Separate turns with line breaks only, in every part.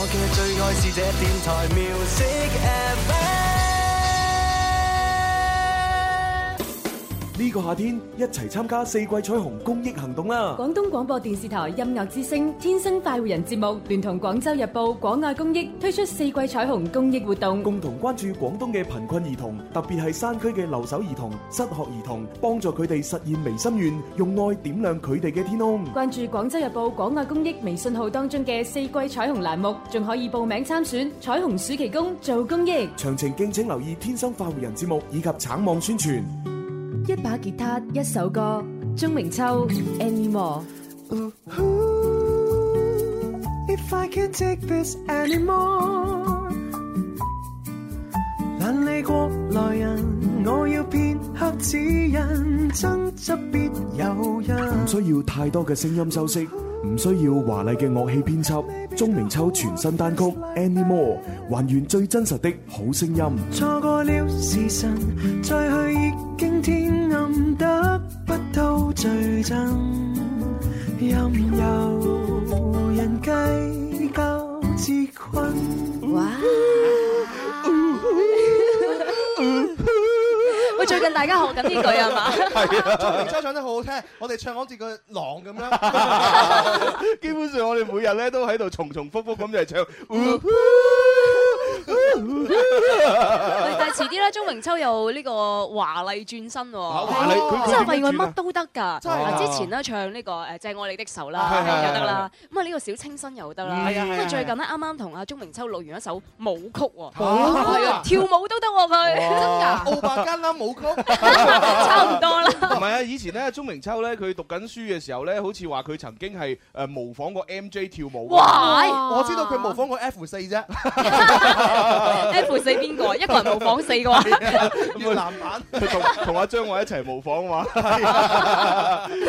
愛是這電台 music FM。
呢個夏天一齊參加四季彩虹公益行動啦！
廣東廣播電視台音樂之聲《天生快活人》節目聯同廣州日報廣愛公益推出四季彩虹公益活動，
共同關注廣東嘅貧困兒童，特別係山區嘅留守兒童、失學兒童，幫助佢哋實現微心願，用愛點亮佢哋嘅天空。
關注廣州日報廣愛公益微信號當中嘅四季彩虹欄目，仲可以報名參選彩虹暑期工做公益。
詳情敬請留意《天生快活人》節目以及橙網宣傳。
一把吉他，一首歌，鍾明秋，Anymore。
If I can't take this anymore，懶理過來人，我要片刻指引，爭執別有因。
唔需要太多嘅聲音修飾，唔需要華麗嘅樂器編輯。鐘明秋全新單曲《Anymore》還原最真實的好聲音。
錯過了時辰，再去已經天暗，得不到最真。任由人計較自困，
哇！
喂，最近大家學緊呢句係嘛？
明秋唱得好好聽，我哋唱好似個狼咁樣。 基本上我哋每日咧都喺度重重複複咁就係唱。
喂但係遲啲啦，鐘明秋又呢個華麗轉身喎。
華麗佢佢
真係
點
發
樣轉
現佢
啊
乜都得㗎。
真係㗎
嗱之前咧唱呢個誒《借我你的手》啦，
係係係
又得啦。咁啊呢個小清新又得啦。
係啊係啊
咁啊最近咧啱啱同阿鐘明秋錄完一首舞曲喎。
哇
係啊，跳舞都得喎佢，
奧巴加拉舞曲，
差唔多啦。
唔係啊！以前咧，鐘明秋咧，佢讀緊書嘅時候咧，好似話佢曾經係誒模仿過 MJ 跳舞。！
哇！哎
我知道佢模仿過 F 四啫，
F 四邊個？一個人模仿四個啊。
越南版。佢同同阿張偉一齊模仿嘛。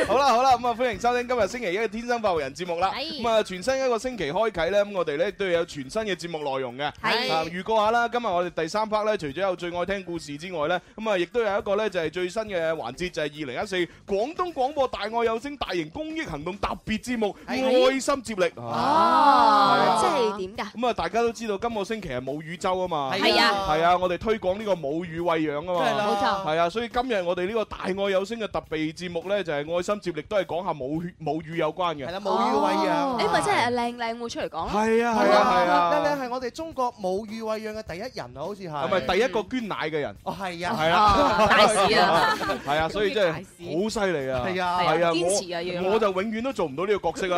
好啦好啦，咁啊歡迎收聽今日星期一嘅《天生發育人》節目啦。
係
咁啊全新一個星期開啟咧，咁我哋咧都有全新嘅節目內容嘅。
係
啊預告下啦，今日我哋第三 part 咧，除咗有最愛聽故事之外咧，咁啊亦都有一個咧就係最新嘅環節，就係二零一四廣東廣播大愛有聲大型公益行動特別節目《愛心接力》。
哦，
係
即係點㗎？
咁啊，大家都知道今個星期係母乳周啊嘛，
係啊
係啊，我哋推廣呢個母乳餵養啊嘛，
冇錯
係啊，所以今日我哋呢個大愛有聲嘅特別節目咧，就係愛心接力，都係講下母乳母乳有關嘅。
哦誒咪即係靚靚會出嚟講咯。
係啊，係啊，係啊，咁咪
係啊，係啊。
第一個捐奶嘅人，係啊，
哦大事啊！
係啊，所以真係好犀利啊！
係啊，
係
係啊，
啊，
堅持啊要
我我就永遠都做唔到呢個角色啊！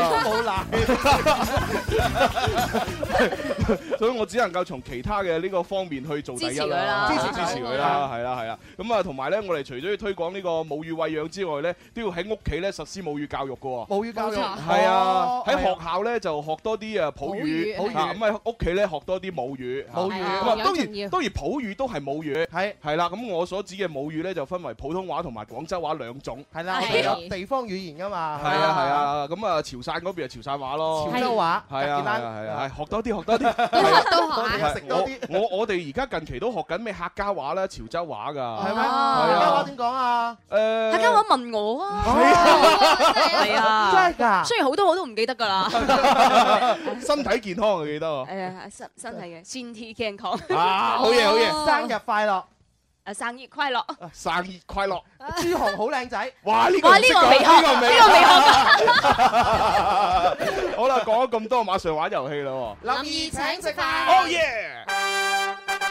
所以我只能夠從其他嘅呢個方面去做第一
支持佢啦
支持
支持
支持佢啦，係啦係啦。咁啊，同埋咧，我哋除咗要推廣呢個母乳餵養之外咧，都要喺屋企咧實施母乳教育嘅喎。係啊，喺學校咧就學多啲啊普語，
普語
啊咁喺屋企咧學多啲母語。
母語
啊咁啊，當然當然普語都係母語，係啦。咁我所指嘅母語咧就分為普通話同埋廣州話兩種。係啊係啊，咁啊潮汕嗰邊係潮汕話咯。係啊，係啊，係啊，係學多啲，學 多啲，
啊
係啊
食多啲
我我我哋而家近期都學緊咩客家話啦、潮州話㗎。
哦
啊誒，
客家話問我啊， 係啊，雖然好多我都唔記得㗎啦，
身體健康我啊記得喎。
誒身身體嘅身體健康，
啊，好嘢好嘢，
誒生日快樂，
生日快樂！
朱紅好靚仔，係，
哇，呢個
哇
唔
呢
識
個
講
未學，
呢個
呢
未
個未學，
好啦，講咗咁多，馬上玩遊戲啦喎。
林兒請食飯。
Oh yeah！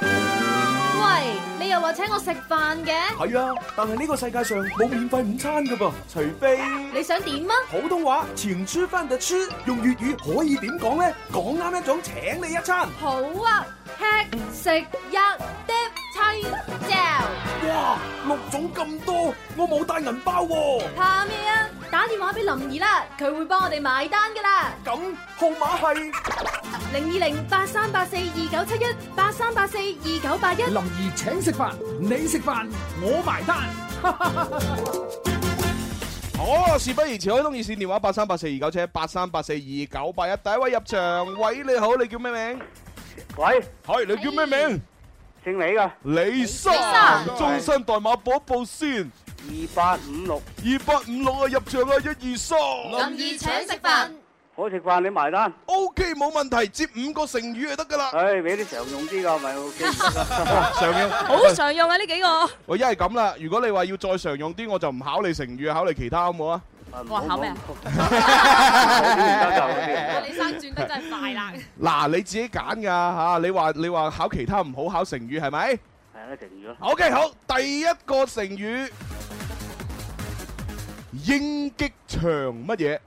喂，你又話請我食飯嘅，
係啊，但係呢個世界上冇免費午餐噶噃，除非
你想點啊？
普通話前吃飯就吃，用粵語可以點講呢？講啱一種請你一餐，
好啊，吃食一碟青椒，
哇，六種咁多，我冇帶銀包喎、
怕咩啊？打電話俾林兒啦，佢會幫我哋埋單噶啦，
咁號碼係
零二零八三八四二九七一八三八四二九八一。
林兒請食飯，你食飯我埋單。
好，事不宜遲，開通熱線電話八三八四二九七八三八四二九八一，第一位入場，喂，你好，你叫咩名？
喂，
係，你叫咩名？
姓李噶，
李生
生，
終身代碼補一補先。
二八五六，
二八五六啊，入場啊，一二三。
林兒請食飯，
我食飯你埋單。
O K，冇問題，接五個成語就得㗎啦。
唉，俾啲常用啲㗎，咪 O K
常用。
好常用啊呢幾個。
我一係咁啦，如果你話要再常用啲，我就唔考你成語，考你其他好唔好啊？
哇，考咩啊？
你
生 轉得真係快啦！
嗱，你自己揀㗎嚇，你話你話考其他唔好，考成語係咪
係啊，成語咯。
？O K，好，第一個成語，鷹擊長乜嘢？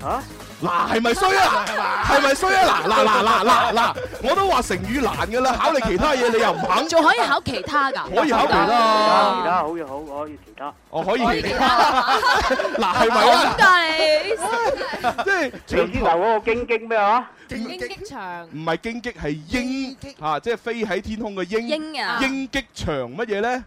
嚇？
嗱，係咪衰啊？係咪衰啊？嗱嗱嗱嗱嗱嗱，我都話成語難㗎啦，考你其他嘢你又唔肯，
仲可以考其他㗎？
可以考其他啊
其他好嘢好，
嗯
我要其他。
我可以其他，嗱係咪啊？即係
你知頭嗰個荊棘咩啊？
經經場。
唔係荊棘係鷹嚇，即係飛喺天空嘅鷹。
鷹啊
鷹擊長乜嘢咧？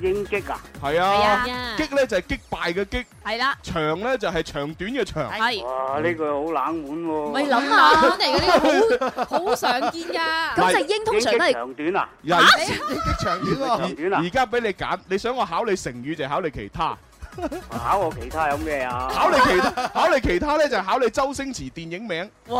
鷹擊啊？
係
係啊
啊，擊咧就係擊敗嘅擊，
係啦，
長咧就係長短嘅長。
係。
哇！呢個好冷門喎。
喂，諗下，
好常見㗎。
咁隻鷹通常
鷹
都
擊
係
長短啊？
人
長短啊
而？家俾你揀，你想我考你成語就考你其他，
考我其他有咩啊？
考你其他，考你其他咧就係考你周星馳電影名。
哇，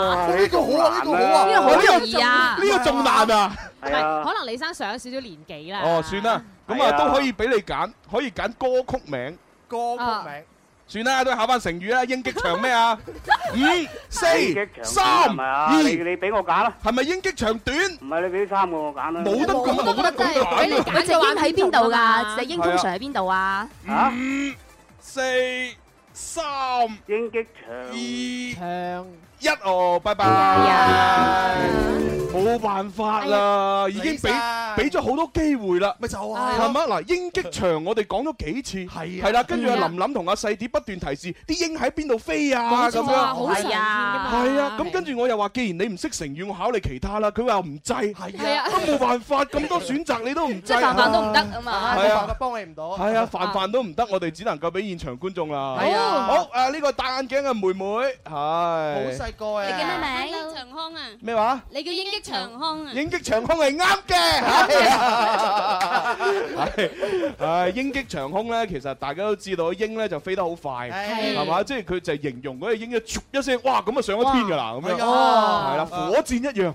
哇！呢個好啊，呢個好啊，
呢個好容易啊！
呢個仲難啊！
係啊。
可能李生上咗少少年紀啦。
哦，算啦，咁
係
啊
啊
都可以俾你揀，可以揀歌曲名。
Ờ.
算啦，都係考翻成語啦。鷹擊長咩啊？五、四、三、
係咪啊？
二，
你
係
你俾我揀啦，
咪鷹擊長短？
唔係你俾三個我揀啦。
冇得咁，冇得咁揀啊！
喂，隻鷹喺邊度㗎？隻鷹
係啊
通常喺邊度啊？
啊！
五、四、三、二、
英擊長
一
長。
哦，拜拜。
Dạ,
冇辦法啦，已經俾俾咗好多機會啦。係嘛？嗱，鷹擊長我哋講咗幾次，係啊係啦，跟
啊
住阿琳琳同阿細啲不斷提示啲鷹喺邊度飛啊咁樣。
好常見㗎嘛。
係啊，咁跟住我又話，既然你唔識成語，我考你其他啦。佢話唔制，係啊，都冇辦法，咁多選擇你都唔制
即係。凡凡都唔得啊嘛！
係啊，係啊，凡凡都唔得，我哋只能夠俾現場觀眾啦。
係啊
好誒，呢個戴眼鏡嘅妹妹係
你叫咩
à.
名？
長康啊，
咩話？
你叫英擊長康啊，
鷹擊長空係啱嘅，係誒鷹擊長空咧，其實大家都知道，鷹咧就飛得好快，係嘛？即係佢就係形容嗰只鷹一咻一聲，哇咁啊上咗天㗎
哦
啦，咁樣係啦，火箭一樣，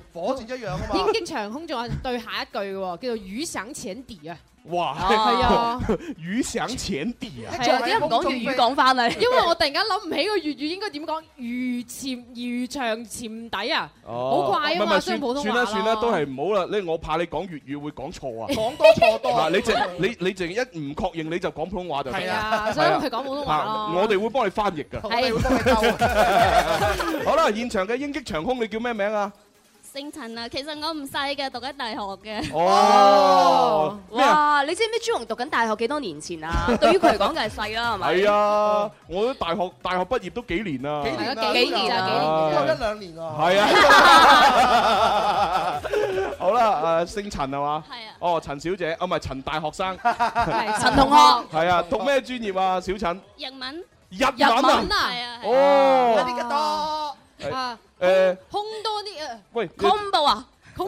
鷹擊長空仲有對下一句嘅喎，叫做魚省淺地啊。
哇！
係啊，
魚想淺地啊！
仲有點解唔講粵語講翻啊？
因為我突然間諗唔起個粵語應該點講，魚潛魚長潛底啊。
哦
好怪啊嘛
唔係唔係
所以普通話
算啦算啦，
咯
都係唔好啦。咧我怕你講粵語會講錯 啊！嗱，你淨你你淨一唔確認你就講普通話就得
係
啦。
啊，所以佢講普通話
嗱，
咯。
我哋會幫你翻譯㗎。好啦，現場嘅鷹擊長空，你叫咩名啊？
姓陳啊，其實我唔細嘅，讀緊大學 嘅，
哦，咩啊？
哇！你知唔知朱紅讀緊大學幾多年前 啊？對於佢嚟講就係細啦，係咪？
係啊，我都大學大學畢業都幾年啊哦啦。係啊。 好啦，誒姓陳係嘛？
係啊
哦，陳小姐，啊唔係陳大學 生，
係
陳同學，
係啊，讀咩專業啊？小陳，
日文
日文啊
文。啊
係啊，係啊
哦，
啊，
誒，
空多
呃
啲啊，
喂，你
恐怖啊！
誒係係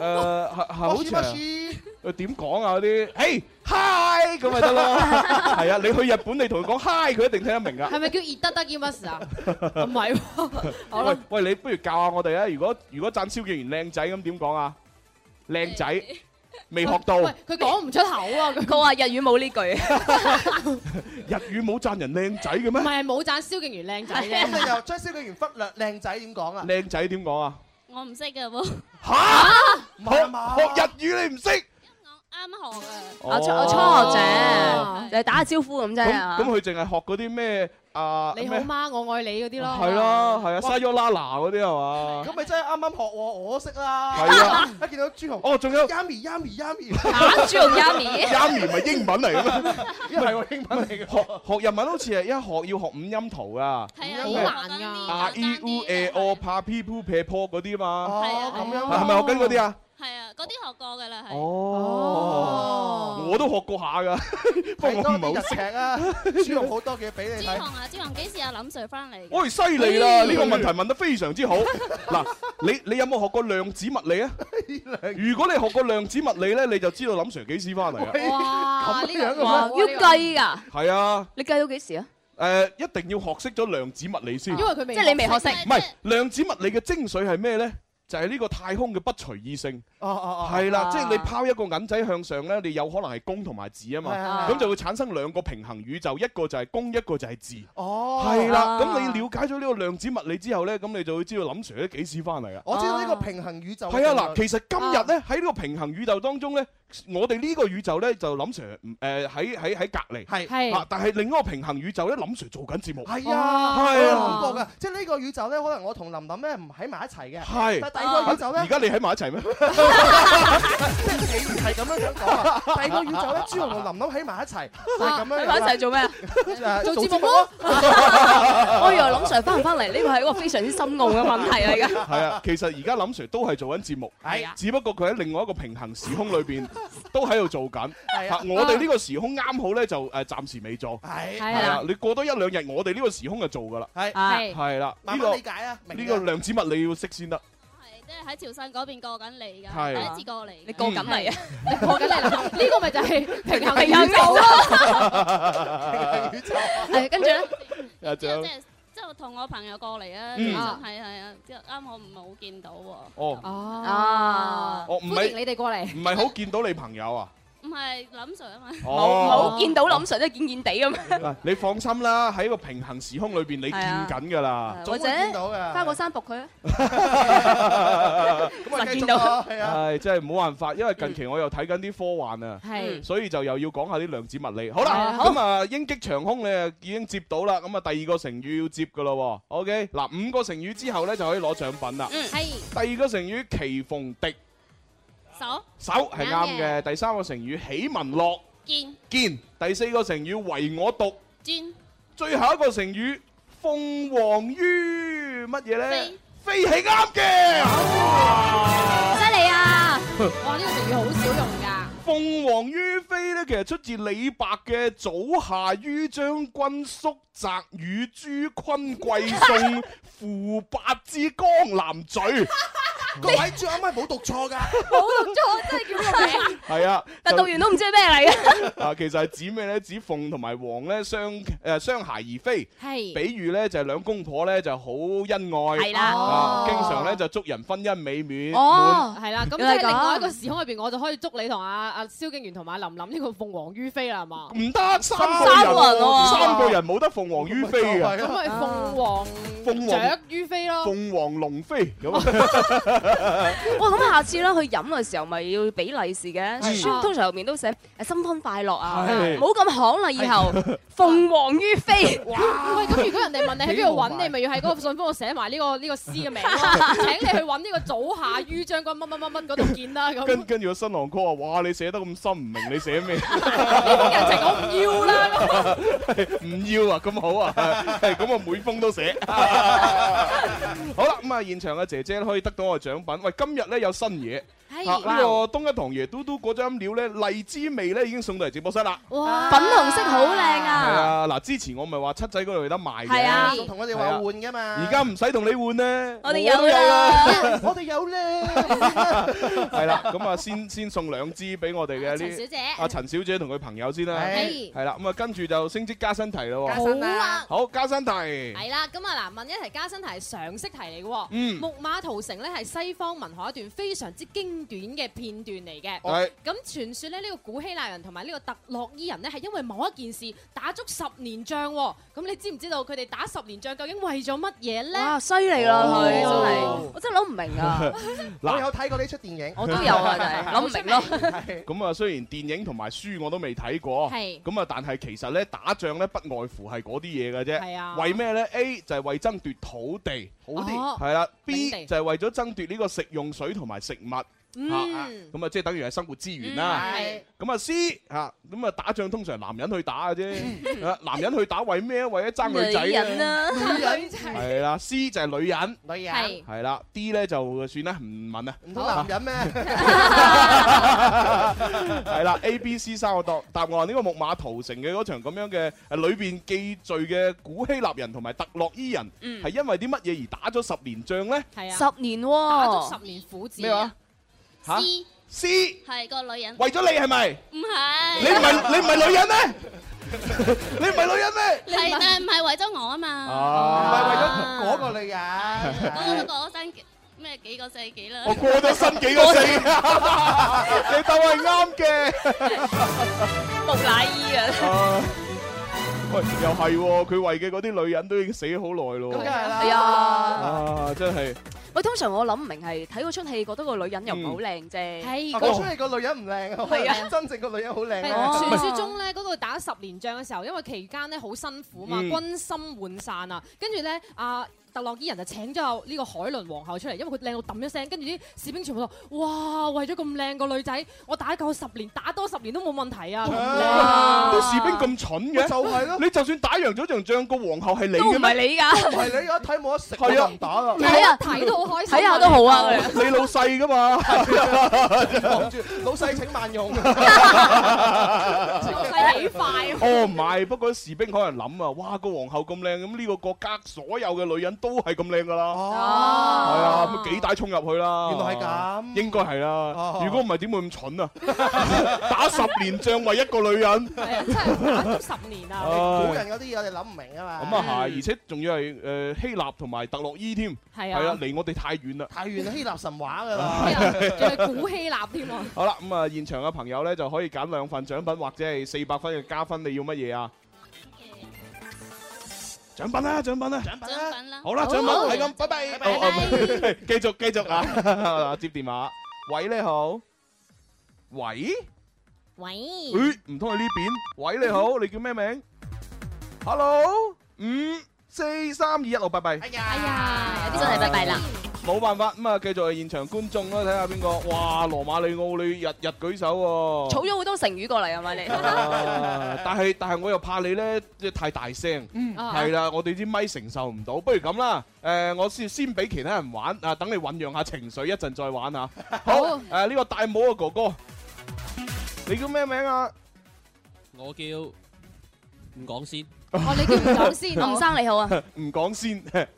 好啊長。誒點講啊嗰啲？誒 hi 咁咪得咯， 係啊！你去日本你同佢講 hi，佢一定聽得明噶。
係咪叫熱得得 e m s 啊？唔 係喎，我
喂
諗
喂，你不如教下我哋啊！如果如果讚蕭敬元靚仔咁點講啊？靚仔未學到
喂，佢講唔出口啊！佢
佢話日語冇呢句，
日語冇讚人靚仔嘅
唔
咩？
係冇讚蕭敬元靚仔 啫，
靚仔點講啊？
我唔識嘅喎，我
嚇！學學日語你唔識？
啱學啊，
我初我初學
啊
者，就係打下招呼咁啫
咁
啊
咁，佢淨係學嗰啲咩啊？
你好嗎？我愛你嗰啲咯，
係
à?
啦，係啊，Sayonara 嗰啲係嘛？哦，仲有
嚇朱紅 Yami，
Yami 咪英文嚟嘅咩？學學日文好似係一學要學五音圖啊
係啊，
好
我
難
覺得
㗎
呢簡
，R
單
E
啲
U E O P A P P U P E P O 嗰啲嘛，
哦
係咪學緊嗰啲啊？
係啊，嗰啲學過㗎啦，係。
哦，我都學過下噶，不過我唔係好識。
朱紅啊，朱紅幾時阿林 Sir 翻嚟㗎？
喂，犀利啦！呢個問題問得非常之好。嗱，你你有冇學過量子物理啊？如果你學過量子物理咧，你就知道林 Sir 幾時翻嚟啊。
哇，呢個
哇！要計㗎，
係啊，
你計到幾時啊？
誒，呃一定要學識咗量子物理先。
因為佢未即係你未學識學識
唔係量子物理嘅精髓係咩呢？就係呢個太空嘅不隨意性。
哦哦哦，
係啦，即係你拋一個銀仔向上呢，你有可能係公同埋字啊
係
嘛，
係係
咁就會產生兩個平衡宇宙，一個就係公，一個就係字。
哦，
係啦，咁你了解咗呢個量子物理之後呢，咁你就會知道林 Sir 咧幾時翻嚟啊。
我知道呢個平衡宇宙
係啊，嗱，其實今日咧喺呢個平衡宇宙當中咧，我哋呢個宇宙咧就林 Sir 誒喺喺喺隔離，
係
啊但係另一個平衡宇宙咧，林 Sir 做緊節目，
係啊，我
係
有諗過
啊，
㗎，即係呢個宇宙咧，可能我同林林咧唔喺埋一齊嘅，
係。
但係第二個宇宙咧
啊而，家你喺埋一齊咩？
你係咁樣想講啊，第二個宇宙咧，朱紅同林林喺埋一齊，就係咁樣樣啦
喺埋一齊做咩啊
誒
做節目
咯，
我以為林 Sir 翻唔翻嚟呢個係一個非常之深奧嘅問題嚟㗎。
係啊，其實而家林 Sir 都係做緊節目，
係啊
只不過佢喺另外一個平衡時空裏邊 都喺度做緊。
係啊
嚇我哋呢個時空啱好咧就誒暫時未做，
係
係啊，你過多一兩日我哋呢個時空就做㗎啦，
係
係
係啦，
慢
呢
慢
個
理解啊，明
呢
㗎
個量子物理要識先得。
即係喺潮汕嗰邊過緊嚟
係
㗎，第一次過嚟㗎。
你過緊嚟啊？
你過緊嚟啦， 呢個咪就係
平
衡宇宙
咯
係跟住咧，
啊仲有
即係即係我同我朋友過嚟啊，
嗯
係係啊，之後啱我唔係好見到喎。
哦
Ờ.
啊
我唔係
歡迎你哋過嚟
唔係好見到你朋友啊？
唔係林 Sir 啊嘛，
哦
冇冇見到林 Sir 都係見見地 咁樣，
嗱你放心啦，喺個平行時空裏邊你
係
見
啊
緊㗎啦。
或者花果山仆佢啊，
咁
啊繼續
見到係啊
係真係冇辦法，因為近期我又睇緊啲科幻啊，
係
所以就又要講下啲量子物理。好
係
啦
啊，好
咁啊，英擊長空你已經接到啦，咁啊第二個成語要接噶咯喎。OK，嗱五個成語之後呢就可以攞獎品啦。
係
第二個成語奇逢敵
手
手係啱嘅，第三個成語喜聞樂
見
見，第四個成語唯我獨，
專
最後一個成語鳳凰於乜嘢呢？飛係啱嘅。
犀利 啊！
哇！呢個成語好少用㗎。鳳凰於飛咧，其實出自李白嘅「早下於將軍叔澤與諸坤貴送扶八之江南醉」。
各位最啱啱冇讀錯㗎，
冇讀錯，啊真係叫呢個名，
係啊，
但
就
讀完都唔知係咩嚟 嘅。
啊，其實係指咩咧？指鳳同埋凰咧相誒相諧而飛，
係
比喻咧就係兩公婆咧就好恩愛，
係啦
啊
哦
經常咧就祝人婚姻美滿。
哦，係啦，咁即
原來
係
係咁
另外一個時空入邊，我就可以捉你同阿阿蕭敬元同埋阿林林呢個鳳凰於飛啦，係嘛？
唔得，三個
三
人
個人喎
三個人冇得鳳凰於飛嘅，
咁咪鳳凰
鳳凰
雀於飛咯。
鳳凰龍飛咁。啊
哇，咁下次啦，去飲嘅時候咪要俾利是嘅，
係
書通常後面都寫誒新婚快樂啊，
係
唔好咁行啦，以後鳳凰於飛。
喂，咁如果人哋問你喺邊度揾，你咪要喺嗰個信封度寫埋呢個呢個詩嘅 名咯。請你去揾呢個早下於將軍乜乜乜乜嗰度見啦。咁
跟跟住個新郎哥話：哇，你寫得咁深，唔明你寫咩？呢
封人情我唔要
啦，唔要啊，咁好啊，係咁我每封都寫。好啦，咁啊，現場嘅姐姐可以得到我嘅獎品。喂，今日咧有新嘢，
係
啊
哇
呢個東一堂爺嘟嘟嗰張料咧，荔枝味咧已經送到嚟直播室啦。
哇，粉紅色好靚
係
啊！
啊，嗱，之前我咪話七仔嗰度有得賣嘅，
係啊
仲同我哋話換㗎嘛，
而家唔使同你換咧，
我哋
都
有啦
啦
我哋有咧，
係啦，咁啊，先先送兩支俾我哋嘅呢
陳小姐
阿陳小姐同佢朋友先啦，
係
係啦，咁啊，跟住就升職加薪題咯喎，
加薪啦好啊
好加薪題，
係啦，咁啊嗱，問一題加薪題係常識題嚟嘅喎。
嗯
木馬屠城咧係西方文學一段非常之經典嘅片段嚟嘅。
係
咁傳說咧，呢個古希臘人同埋呢個特洛伊人呢，係因為某一件事打足十年仗喎。咁你知唔知道佢哋打十年仗究竟為咗乜嘢咧？
哇，犀利啦
哦
佢真 係，我真係諗唔明啊！
嗱
我有睇過呢出電影，
我都有啊真係諗唔明 咯
嗯
咁啊，雖然電影同埋書我都未睇過，
係
咁啊，但係其實咧打仗咧不外乎係嗰啲嘢嘅啫，
係啊
為咩咧？A 就係為爭奪土地，
土地哦
係啦，B
領地
就係為咗爭奪呢個食用水同埋食物，
嗯
啊咁啊，即係等於係生活資源啦。
嗯
咁啊 C 嚇，咁啊打仗通常男人去打嘅
嗯
啫，啊男人去打為咩？為咗爭女仔
女人啊
女
仔
係啦，C 就係女人，
女人
係
係啦，D 咧就算啦，唔啊問啦。
唔通男人咩？
係啦，A、B、C 三個答答案，呢個木馬屠城嘅嗰場咁樣嘅誒裏邊記敘嘅古希臘人同埋特洛伊人，
嗯
係因為啲乜嘢而打咗十年仗呢？
係啊，
十年
打足
哦
喎
十，年苦戰。
咩
啊
話？嚇
C
C
係個女人，
為咗你係咪？
唔係
你唔係你唔係女人咩？你唔係女人咩？
係，但係唔係惠州鵝啊嘛。
啊。
唔係為咗嗰個女人。
嗰個過咗身幾-咩幾個世紀啦。
我過咗身幾個世，你當係啱嘅。
木乃伊啊！
啊喂，又係喎，佢為嘅嗰啲女人都已經死咗好耐咯。
咁梗係啦係啊
啊，真係。
喂，通常我諗唔明係睇嗰出戲，覺得個女人又唔係好靚啫。
係
嗰出戲個女人唔靚啊，
係啊
真正個女人好靚
係
啊。
傳
哦
説中咧，嗰度打十年仗嘅時候，因為期間咧好辛苦嘛，
嗯
軍心渙散啊，跟住咧啊。特洛伊人就請咗呢個海倫皇后出嚟，因為佢靚到揼一聲，跟住啲士兵全部話：哇，為咗咁靚個女仔，我打夠十年，打多十年都冇問題啊！
哇啲士兵咁蠢
咪
嘅，
就係咯
你就算打贏咗場仗，個皇后係你
都唔
嘅
係
咩？
你㗎都唔係你㗎睇冇得食
係啊
就唔打啦
你
睇
老
啊睇都
à,
好開心啊
睇下都好啊！佢
你老細噶嘛？
望住老細請慢用，
老細幾快啊
哦，唔係，不過士兵可能諗啊，哇，個皇后咁靚，咁呢個國家所有嘅女人都係咁靚噶啦。係啊，咁幾大衝入去啦。
哦原來係咁，哦
應該係啦。如果唔係點會咁蠢啊？ 打十年仗為一個女人。
係啊，真係打足十年啊！
唉
古人嗰啲嘢我哋諗唔明啊嘛。
咁啊係，而且仲要係誒希臘同埋特洛伊添，
係啊
係啊，離我哋太遠啦。
太原希臘神話㗎啦，
仲係古希臘添啊！
好啦，咁啊現場嘅朋友咧就可以揀兩份獎品或者係四百分嘅加分，你要乜嘢啊？獎品啦，獎品啦，獎
品啦
好啦，獎品
好
係咁，拜
拜
拜，
拜
哦 哦繼續繼續啊， 接電話，喂你好，喂，
喂，
誒唔通係呢邊？喂你好，你叫咩名？Hello，五四三二一六八八，係
呀，哎
呀，
真係拜拜啦！
冇辦法，咁啊繼續係現場觀眾啦，睇下邊個，哇羅馬里奧你日日舉手喎，
儲咗好多成語過嚟係咪你？
啊但係但係我又怕你咧，即係太大聲，
嗯哦
啊
係啦，我哋啲咪承受唔到，不如咁啦，誒，我先先俾其他人玩啊，等你醖釀下情緒，一陣再玩啊。好，誒呢個戴帽嘅啊哥哥，你叫咩名啊？
我叫唔講先。
哦，你叫唔講 先好吳生你好啊，
唔講先，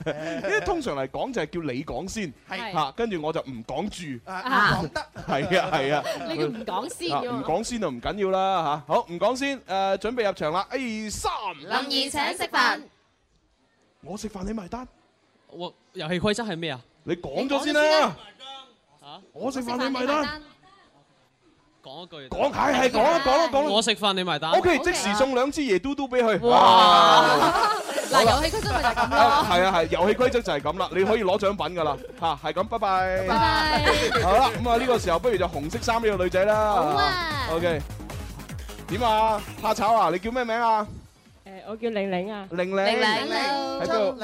因為通常嚟講就係叫你講先，
係
嚇，跟住我就唔講住，
啊，
係啊係啊，
你叫唔講先
啊
㗎
唔
嘛
講先就唔緊要啦嚇，好唔講先，誒準備入場啦，誒三，
林兒請食飯，
我食飯你埋單。
我遊戲規則係咩啊？
你講咗先啦。
嚇！
我食飯你埋單。
講一句。
講係係講啦講啦講啦。
我食飯你埋單。
O K，即時送兩支椰嘟嘟俾佢。
哇！
嗱，遊戲規則咪就係咁
啊
咯。
係啊係，遊戲規則就係咁啦，你可以攞獎品㗎啦，嚇係咁，拜拜。拜拜。好啦，咁啊呢個時候不如就紅色衫呢個女仔啦。好啊。O K。點啊？怕炒啊？你叫咩名啊？
誒，我叫玲玲啊，
玲玲。喺邊度？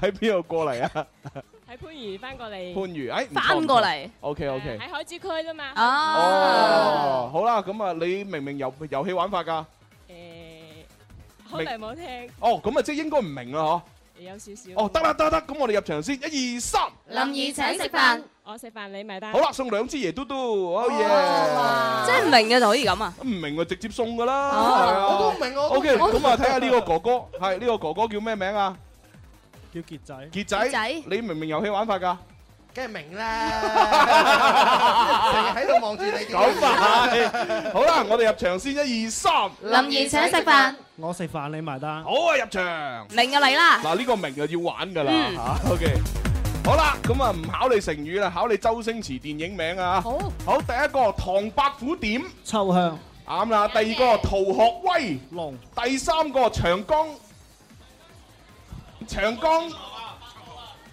喺邊度過嚟啊？
喺番禺翻過嚟，
番禺，哎，
翻過嚟
O K O
誒喺
K。
海珠區啫嘛。
Ờ.
哦，好啦，咁啊，你明唔明遊遊戲玩法㗎？
好耐冇聽，
哦，咁啊，即係應該唔明啦，嗬。
有少少。
哦，得啦得啦得，咁我哋入場先，一二三，
林
兒請食飯，
我食飯你埋單。
好啦，，送兩支椰嘟嘟，哦耶！
真係唔明嘅就可以咁啊！
唔明啊，直接送噶啦，
哦
係啊
我都唔明我都
O
唔
K，
明
咁啊，睇下呢個哥哥，係呢個哥哥叫咩名啊？
叫傑仔。
傑仔，你明唔明遊戲玩法㗎？
梗係明啦，成日喺度望住你啲
咁啊係，好啦，我哋入場先，一二三，
林兒請食飯，
我食飯你埋單。
好啊，入場。
明就嚟啦！
嗱，呢個明就要玩㗎
嗯
啦嚇。OK，好啦，咁啊唔考你成語啦，考你周星馳電影名啊。
好，
好，第一個《唐伯虎點》。
秋香。
啱啦，第二個逃學威龍，第三個長江長江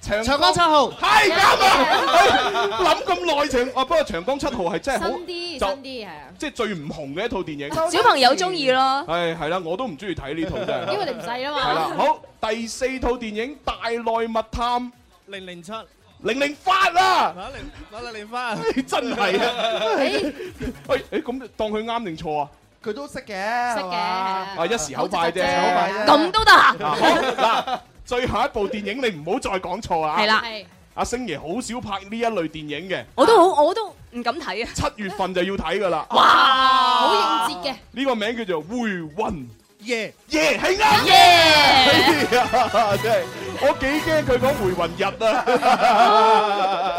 長
長江七號
係 啱啊！諗咁耐長啊，不過長江七號係真係好
新啲，
就
新啲係啊，
即係最唔紅嘅一套電影。
小朋友中意咯，
係係啦，我都唔中意睇呢套真 係。
因為你唔細
係
啊
啦，
嘛。
好，第四套電影《大內密探》
零零七。
零零八啦。
打零打零零翻。
真係啊！
哎
喂，誒咁當佢啱定錯啊？
佢都識嘅，識嘅
啊，一時口快啫，
口快啫
咁都得啊
啊好嗱，最後一部電影你唔好再講錯啊！
係啦，
阿星爺好少拍呢一類電影嘅，
我都好，我都唔敢睇啊！
七月份就要睇噶啦。
哇，好
應節嘅。
呢個名叫做《回魂
耶
耶係啱嘅，哎呀 真係我幾驚佢講回魂日啊，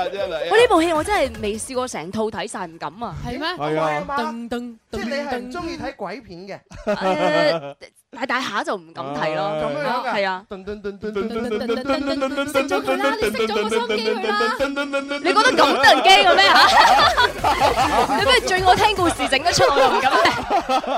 真係。
哦我呢部戲我真係未試過成套睇晒，唔敢啊！
係咩
係啊
噔
噔
即係你係唔中意睇鬼片嘅，
誒大大下就唔敢睇咯，
咁樣樣㗎
係啊。
噔噔噔噔噔噔噔噔噔噔噔
熄咗佢啦，你熄咗個心機佢啦。
你
覺得咁得人驚嘅咩嚇？你不如最我聽故事整得出我唔敢聽。
哎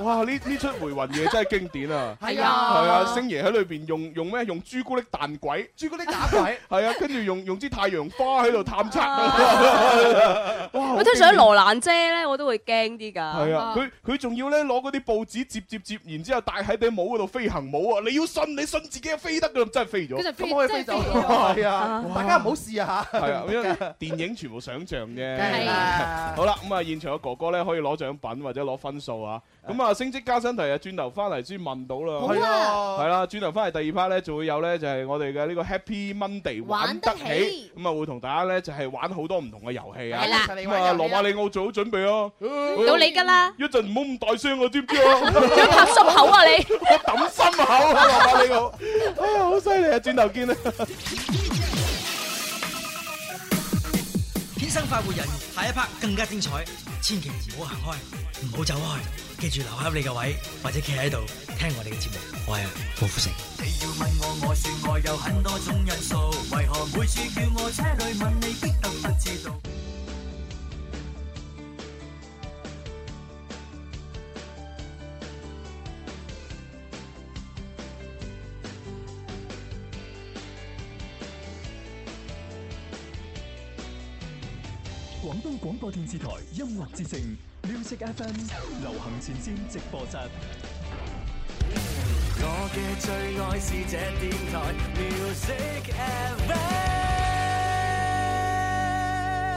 哇！呢呢出回魂夜真係經典啊！
係
係
啊
啊，星爺喺裏邊用用咩？用朱古力彈鬼，朱古力打鬼， 係啊，跟住用用支太陽花喺度探測。 哇！
我通常喺羅蘭姐咧，我都會驚啲㗎。
係啊，佢佢仲要咧攞嗰啲報紙接接接，然之後戴喺頂帽嗰度飛行帽啊！你要信，你信自己飛得㗎，真係飛咗。
咁可以飛走，
係啊，
大家唔好試啊嚇。
係啊，因為電影全部想像啫。
係啊
好啦，咁啊，現場嘅哥哥咧可以攞獎品或者攞分數啊。咁啊，升職加薪題啊，轉頭翻嚟先問到啦。
好啊
係啦，轉頭翻嚟第二 part 咧，就會有咧就係我哋嘅呢個 Happy Monday 玩得
玩得
起，咁啊會同大家咧就係玩好多唔同嘅遊戲啊。
係啦
咁啊，羅馬里奧做好準備啊。
到你㗎啦，
一陣唔好咁大聲啊，知唔知啊？
要拍心口啊你！
我 抌心口啊，羅馬里奧。哎呀，好犀利啊！轉頭見啊！
天生快活人，下一 part 更加精彩，千祈唔好行開，唔好走開，記住留喺你嘅位，或者企喺度聽我哋嘅節目。我係郭富城。
你要問我，我說我有很多種因素，為何每次叫我車裏問你，必得不知道？
廣東廣播電視台音樂之聲 Music FM 流行前線直播室。
我嘅最愛是這電台 Music FM。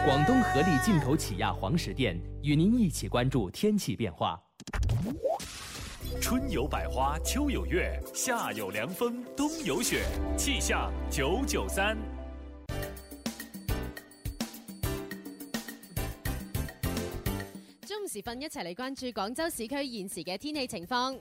广东合力进口起亚黄石店与您一起关注天气变化。
春有百花，秋有月，夏有凉风，冬有雪。气象九九三，
中午時分一齊嚟關注廣州市區現時嘅天氣情況。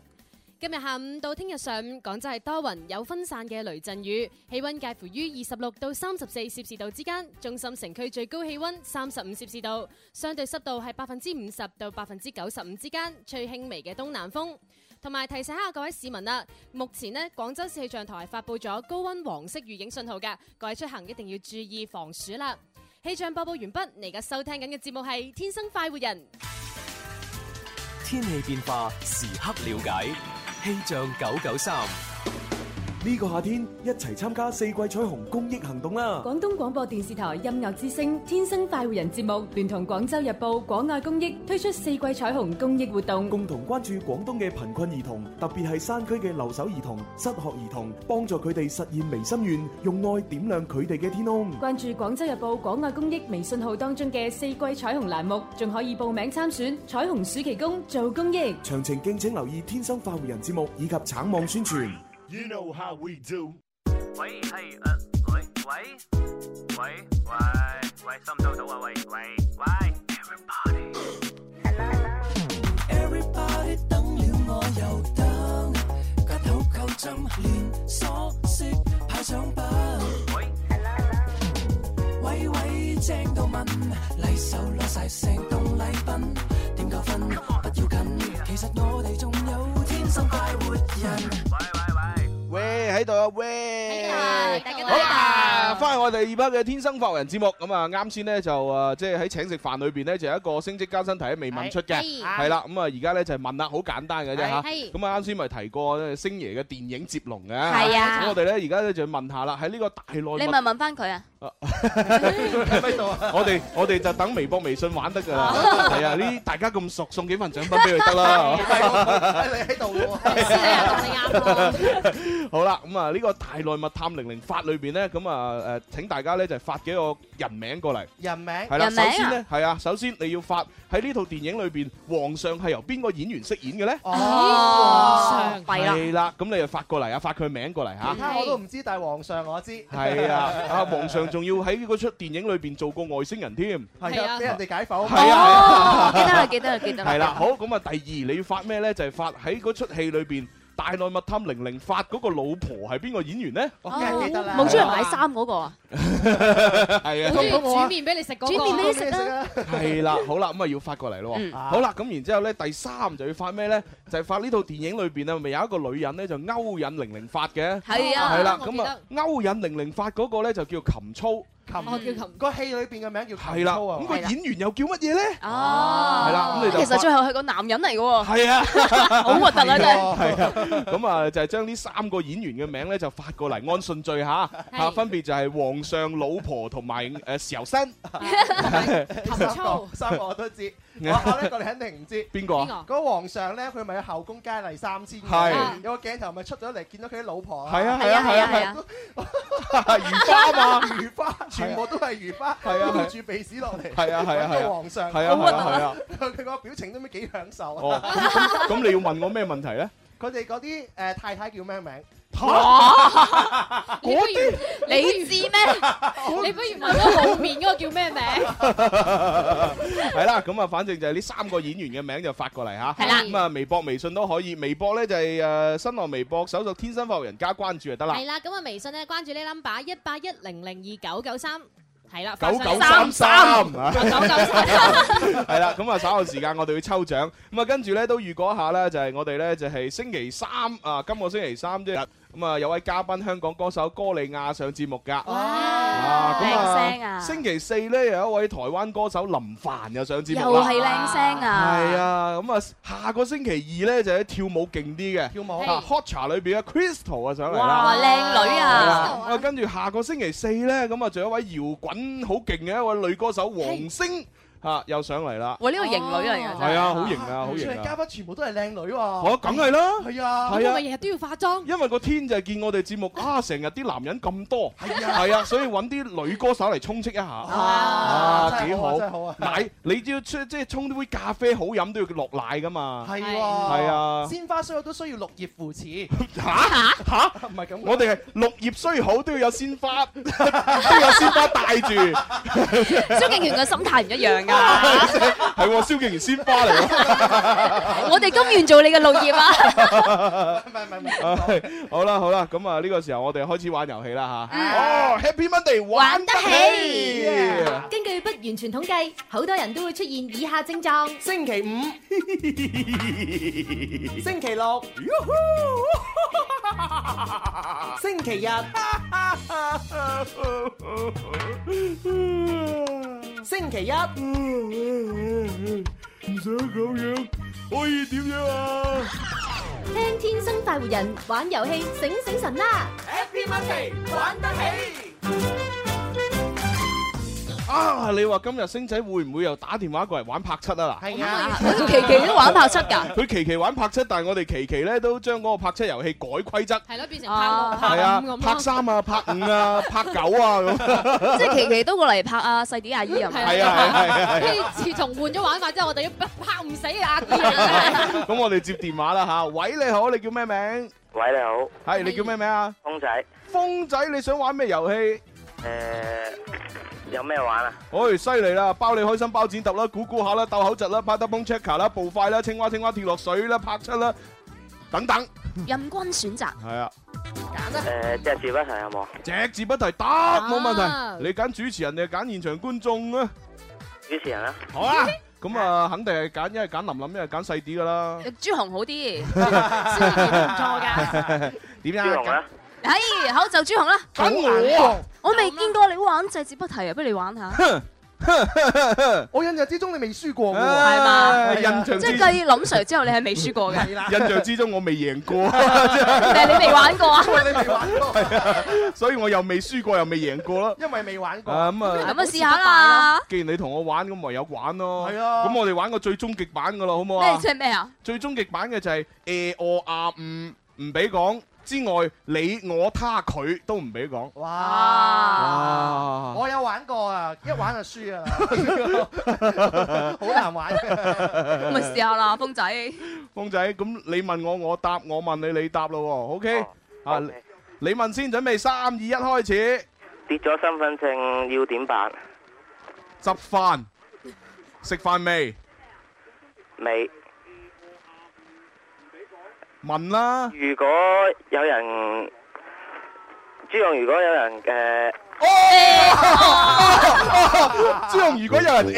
今日下午到聽日上午，廣州係多雲有分散嘅雷陣雨，氣温介乎於二十六到三十四攝氏度之間，中心城區最高氣温三十五攝氏度，相對濕度係百分之五十到百分之九十五之間，吹輕微嘅東南風。同埋提醒下各位市民啦，目前呢，廣州市氣象台係發布咗高温黃色預警信號㗎，各位出行一定要注意防暑啦。氣象播報完畢，你而家收聽緊嘅節目係《天生快活人》。
天气变化时刻了解，气象九九
嗯
三。
呢個夏天一齊參加四季彩虹公益行動啦！
廣東廣播電視台音樂之聲《天生快活人》節目聯同廣州日報廣愛公益推出四季彩虹公益活動，
共同關注廣東嘅貧困兒童，特別係山區嘅留守兒童、失學兒童，幫助佢哋實現微心願，用愛點亮佢哋嘅天空。
關注廣州日報廣愛公益微信號當中嘅四季彩虹欄目，仲可以報名參選彩虹暑期工做公益。
詳情敬請留意《天生快活人》節目以及橙網宣傳。
You know how we do。
喂，係
uh,
誒，喂喂喂喂喂，收唔收到啊？喂喂喂
，Everybody 等了我又等，個肚扣針連鎖匙派獎品。喂喂，正到問，禮手攞晒成棟禮品，點夠分？不要緊，其實我哋仲有天生快活人。
喂，喺度啊，喂，
家
好啦，翻嚟我哋二班嘅天生發人節目，咁啊，啱先咧就啊，即係喺請食飯裏邊咧，就有一個升職加薪題未問出嘅，
係
係啦，咁啊，而家咧就係問啦，好簡單嘅啫嚇，
係
咁啊，啱先咪提過呢星爺嘅電影接龍嘅，
係啊
咁我哋咧而家咧就問下啦，喺呢個大內密
你咪問翻佢啊！
我哋我哋就等微博、微信玩得㗎啦，係啊，呢大家咁熟，送幾份獎品俾佢得啦。 好啦，咁啊呢個大內密探零零法裏邊咧，咁啊誒請大家咧就係發幾個人名過嚟。
人名
係啦，首先咧係啊，首先你要發喺呢套電影裏邊，皇上係由邊個演員飾演嘅咧？
哦皇上弊啦
係啦，咁你就發過嚟啊，發佢名過嚟嚇。
其他我都唔知，但係皇上我知。
係啊，啊皇上仲要喺嗰出電影裏邊做過外星人添，
係啊，俾人哋解剖。
係啊，
記得啦，記得啦，記得啦。
係啦，好咁啊，第二你要發咩咧？就係發喺嗰出戲裏邊。大內密探零零發嗰個老婆係邊個演員咧？
哦，冇出嚟買衫嗰個啊，
係啊，
好中意煮面俾你食嗰個，
煮麵俾你食啊！
係 啦，好啦，咁啊要發過嚟咯喎。
嗯
好啦，咁然之後咧，第三就要發咩咧？就係發呢套電影裏邊啊，咪有一個女人咧就勾引零零發嘅。
係啊
係啦，
我記
咁啊勾引零零發嗰個咧就叫琴操。琴
我叫琴，個戲裏邊嘅名叫
係
琴
啦，
操啊
咁。個演員又叫乜嘢咧？
哦
係啦，咁你就
其實
發
最後係個男人嚟嘅喎。
係啊，
好核突啊真係。
係啊，咁啊就係將呢三個演員嘅名咧就發過嚟按順序嚇，嚇分別就係皇上、老婆同埋誒時候 生。
三 個三個我都知，我我呢個你肯定唔知。
邊個啊
嗰個皇上咧，佢咪有後宮佳麗三千嘅，
係
有個鏡頭咪出咗嚟，見到佢啲老婆
係啊係啊係啊係啊，如花嘛，
如花，全部都係如花，
係啊係啊
濛住鼻屎落嚟，
係啊係啊係啊
搵個皇上，
係啊係啊 係啊，
佢佢個表情都咩幾享受
哦，
啊！
咁咁 咁你要問我咩問題咧？
佢哋嗰啲誒太太叫咩名？
嗰啲你知咩？你不如問咗後面嗰個叫咩名？
係啦，咁啊，反正就係呢三個演員嘅名就發過嚟吓。
係啦
咁啊，微博、微信都可以。微博咧就係誒新浪微博搜索天生發育人加關注就得啦
係。啦，咁啊微信咧關注呢 number 一八一零零二九九三，係啦，
九
發上
九
嚟
三 三，
9933
係啦，咁啊稍後時間我哋會抽獎，咁啊跟住咧都預告一下咧，就係我哋咧就係星期三啊，今個星期三即係咁啊有位嘉賓香港歌手歌利亞上節目㗎，啊
靚聲啊
星期四咧有一位台灣歌手林凡 又上節
又
目啦，
係靚聲啊！
係啊，咁啊，下個星期二咧就喺跳舞勁啲嘅，跳舞啊 Hot 茶裏邊嘅 Crystal 啊上嚟啦，
哇靚女啊
係啦咁啊跟住下個星期四咧，咁啊仲有一位搖滾好勁嘅一位女歌手黃星嚇又上嚟啦，
喂呢個型女嚟㗎真係
係啊，好型啊，好型
全嘉
啊！
賓全部都係靚女喎。
我梗係啦，
哦係啊，
係啊，
日都要化妝。
因為個天就係見我哋節目啊，成日啲男人咁多，
係啊
係啊，所以揾啲女歌手嚟充斥一下，啊，
真
幾
係好啊
好
真係好啊，
奶你只要出即係沖杯咖啡好飲都要落奶噶嘛，
係喎，
係啊。
鮮花雖好都需要綠葉扶持。
嚇嚇，
唔係咁，
我哋係綠葉雖好都要有鮮花，都有鮮花帶住。
蕭敬元嘅心態唔一樣㗎，
係喎，蕭敬元鮮花嚟喎。
我哋甘願做你嘅綠葉啊！
唉好啦好啦，咁啊呢個時候我哋開始玩遊戲啦嚇。哦，Happy Monday 玩得起。
根據不完全統計，好多人都會出現以下症狀：
星 期五星期六，星期日，星期一，
唔想咁樣，可以點樣啊？
聽天生快活人玩遊戲，醒醒神啦！Happy Monday，玩得起。
啊，你話今日星仔會唔會又打電話過嚟玩拍七啊嗱？
係啊，
琪琪都玩拍七㗎，
佢期期玩拍七，但係我哋期期咧都將嗰個拍七遊戲改規則。
係咯，變成
啊
係啊，拍三啊，拍五 啊，拍九啊咁。
即係琪琪都過嚟拍啊細啲阿姨啊嘛。
係啊係啊係啊 係啊
跟住自從換咗玩法之後，我哋要拍唔死阿健啊！
咁我哋接電話啦吓，喂你好，你叫咩名？
喂你好，
係你叫咩名啊？
公仔，
風仔你想玩咩遊戲？
诶，有咩玩啊？
哎，犀利啦！包你開心包剪揼啦，估估下啦，鬥口窒啦，拍得崩 checker 啦，步快啦，青蛙青蛙跳落水啦，拍七啦，等等。
任君選擇，
係啊，
诶，隻字不提有冇？
隻字不提得冇問題。你揀主持人定係揀現場觀眾啊？
主持人啊，
好啊，咁啊，肯定係揀，一係揀林林，一係揀細啲噶啦。
朱紅好啲。
點
朱紅
啊
啊？
哎，好就朱紅啦。
揀我
我未見過你玩隻字不提啊，不如你玩下。
我印象之中你未輸過嘅喎，
係嘛
印象之
即係繼林 Sir 之後，你係未輸過嘅。
印象之中我未贏過，
但係你未玩過啊？
你未玩過，
所以我又未輸過，又未贏過啦。
因為未玩過。
啊咁啊，
咁啊試下啦。
既然你同我玩，咁咪有玩咯。
係啊
咁我哋玩個最終極版噶啦，好唔好
咩
啊？
即係 咩啊？
最終極版嘅就係誒我啊唔唔俾講之外，你我他佢都唔俾講。 哇！
我有玩過啊，一玩就輸 噶啦，好難玩
咁咪試下啦，風仔。
風仔，咁你問我，我答；我問你，你答咯喎。OK，啊，你你問先，準備三二一開始。
跌咗身份證要點辦？
執飯，食飯未？
未。
問啦。
如果有人，朱勇，如果有人誒，
朱紅，如果有人誒，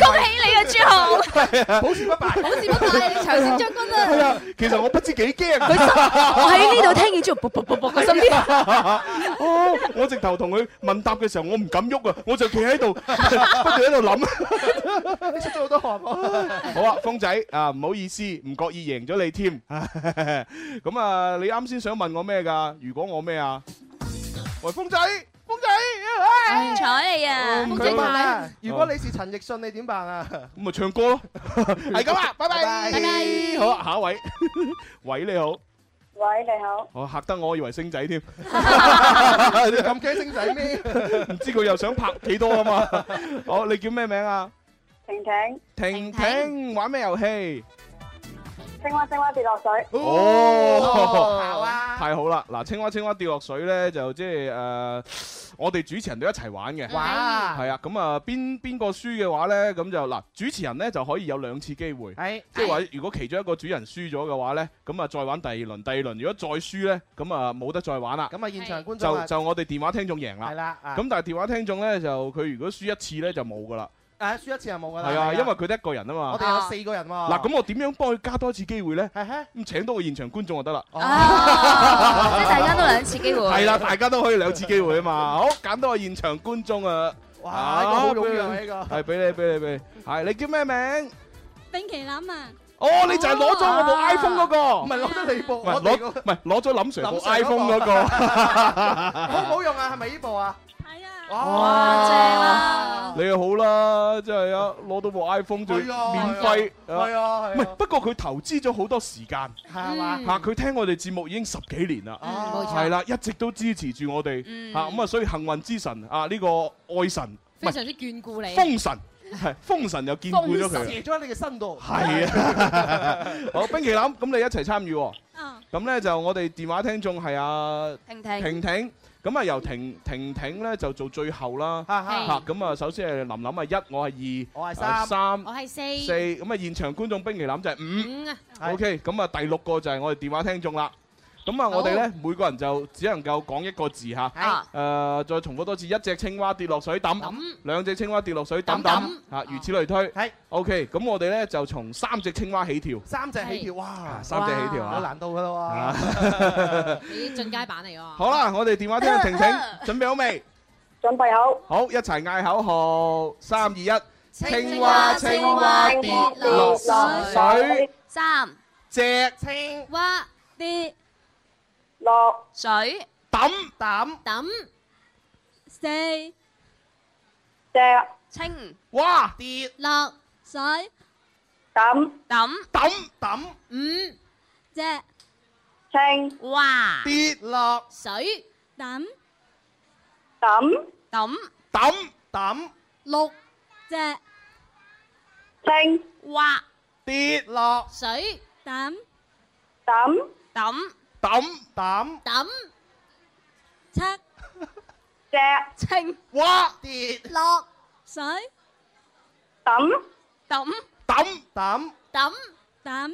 恭喜你啊，朱 紅！
好事不辦，
好事不辦，長勝將軍啊！
係啊，其實我不知幾驚。
佢心，我喺呢度聽見之後，卜卜卜卜，佢心啲。
哦，我直頭同佢問答嘅時候，我唔敢喐啊，我就企喺度，不斷喺度諗。
出咗好多汗喎。
好啊，峰仔啊，唔好意思，唔覺意贏咗你 添。咁啊，你啱先想問我咩㗎？如果我咩啊？喂，峰仔，峰仔，
唔
睬你啊
唔該嘛
如果你是陳奕迅，你點辦啊？
咁咪唱歌咯，係咁啊，拜拜，
拜拜
好啊，下一位， 喂，你好，
喂，你好，
我嚇得我以為星仔添，
咁
咁
驚星仔咩？
唔知佢又想拍幾多啊嘛？好，你叫咩名啊？
婷
婷
婷，
婷，玩咩遊戲？
青蛙青蛙跌落水。
哦，太好啦！嗱，青蛙青蛙跌落水咧，就即係誒，我哋主持人都一齊玩嘅。
哇
係啊，咁啊，邊邊個輸嘅話咧，咁就嗱，主持人咧就可以有兩次機會。
係，
即係話，如果其中一個主人輸咗嘅話咧，咁啊再玩第二輪，第二輪如果再輸咧，咁啊冇得再玩啦。
咁啊，現場觀眾
就
啊
就我哋電話聽眾贏啦。
係啦啊
咁但係電話聽眾咧，就佢如果輸一次咧就冇噶啦。
誒輸一次就冇㗎啦。
係啊，因為佢得一個人啊嘛。
我哋有四個人喎。
嗱，咁我點樣幫佢加多一次機會咧？
係哦
咁請多個現場觀眾就得啦。
啊即係大家都兩次機會。
係啦，大家都可以兩次機會啊嘛。好，揀多個現場觀眾啊！
哇呢個好踴躍啊呢個
係俾你，俾你，俾你。係你叫咩名？
冰淇淋啊，
哦，你就係攞咗我部 iPhone 嗰個，
啊唔係攞咗你部，
唔
我
係
哋
攞，
個
唔係攞咗林 Sir 部
林 Sir 嗰
iPhone 嗰
個
個。
好唔好用啊？係咪呢部啊？係啊。
哇
哇！
正啊！你又好啦，真係啊，攞到部 iPhone 就免
係啊
費。
係啊係啊
唔係不過佢投資咗好多時間，
係
嗯
嘛嗯
嚇佢聽我哋節目已經十幾年啦，
冇錯
係啦，一直都支持住我哋
嗯
嚇咁啊，所以幸運之神啊，呢個愛神唔
非
係
常之眷顧你。
封神，係封神又兼顧咗
風射
佢。
咗喺你嘅身度。
係啊， 好冰淇淋，咁你一齊參與喎。
啊。
咁咧就我哋電話聽眾係阿
婷婷
婷婷，咁啊由婷婷婷咧就做最後啦，
係
嚇咁啊首先係林林係一，我係二，
我係
啊
三，
三，
我係四
四，咁啊現場觀眾冰淇淋就係五。
五啊，
OK，咁啊第六個就係我哋電話聽眾啦。咁啊，我哋咧每個人就只能夠講一個字嚇。誒，再重複多次，一隻青蛙跌落水揼，兩隻青蛙跌落水揼揼，
哦
嚇，如此類推。係。OK，咁我哋咧就從三隻青蛙起跳。
三隻起跳，哇！
三隻起跳啊
有難度㗎啦
啊
你進階版嚟喎。
好啦，我哋電話聽 下婷婷，準備好未？
準備好。
好，一齊嗌口號，三二一，青
蛙青蛙跌落水，
三
隻
青
蛙跌
落
水，
抌
抌
抌
四
隻
青
哇
跌
落水，
抌
抌
抌
抌
Ừ.
五隻
青
蛙
跌
落
水，
抌
抌
抌
抌
抌
六隻
青
蛙
跌
落
水，
抌
抌
抌
抌
抌
抌
七
隻
青
蛙
跌
落水，
抌
抌
抌
抌
抌
抌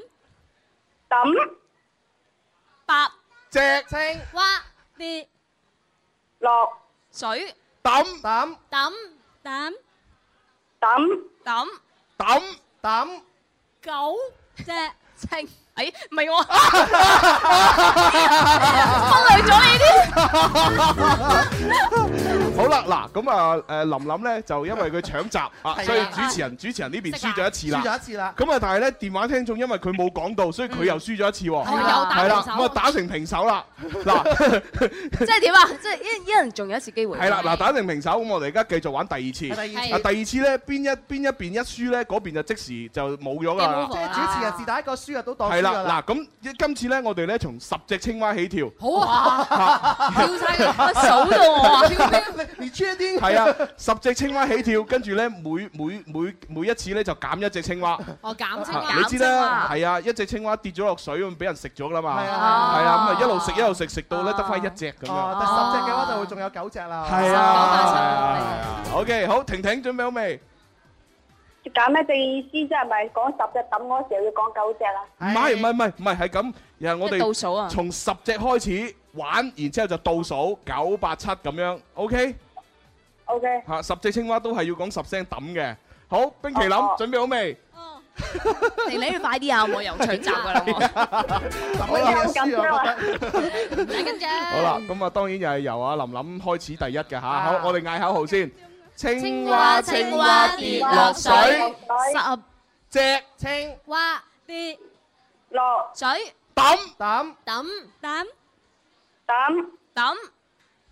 抌
八
隻
青
蛙
跌
落
水，
抌
抌
抌
抌
抌
抌
抌
抌
九
隻
青，哎，唔係我，忽略咗你啲。
好啦，嗱咁啊，誒林林咧就因為佢搶 閘啊，
係啊
所以主持人主持人呢邊
啊
輸咗一次啦，
輸咗一次啦
咁啊，但係咧電話聽眾因為佢冇講到，所以佢又輸咗一次喎，
哦又打
係啦，
平手
咁啊打成平手啦。 嗱
即係點啊？即係一一人仲有一次機會。
係啦，嗱打成平手，咁我哋而家繼續玩第二次。
係第二次
啊第二次咧，邊一邊一邊一輸咧，嗰邊就即時就冇咗㗎啦
即。係主持人是但一個輸啊，都當輸
啊係
㗎啦
啦，。嗱咁今次咧，我哋咧從十隻青蛙起跳。
好啊，
嚇
跳晒佢，
數到我啊
跳咩？ 你确定？
係啊，十隻青蛙起跳，跟住咧每每每每一次咧就減一隻青蛙。
哦，減青
啊你知啦，係啊，一隻青蛙跌咗落水咁，俾人食咗啦嘛。係
啊
係啊，咁啊啊一路食一路食，食到咧得翻一隻咁
哦，
樣。
但十隻嘅話就會仲有九隻啦。
啊係啊，OK，好，婷婷準備好未？
搞咩正意思即係咪講十隻抌嗰時候要講九隻啊？
唔係唔係唔係唔係係咁，然後我
即係倒數
哋
啊
從十隻開始玩，然之後就倒數九八七咁樣，OK？
O K，
嚇，十隻青蛙都係要講十聲抌嘅。好，冰淇淋
哦哦
準備好未？
你你快啲啊！我又搶閘㗎啦，
好啦
我
緊張啊
唔使緊張。
好啦，咁啊當然又係由阿林林開始第一嘅嚇。好，我哋嗌口號先。啊青蛙青蛙跌落水，
十
隻
青
蛙跌
落
水，
抌
抌
抌抌
抌
抌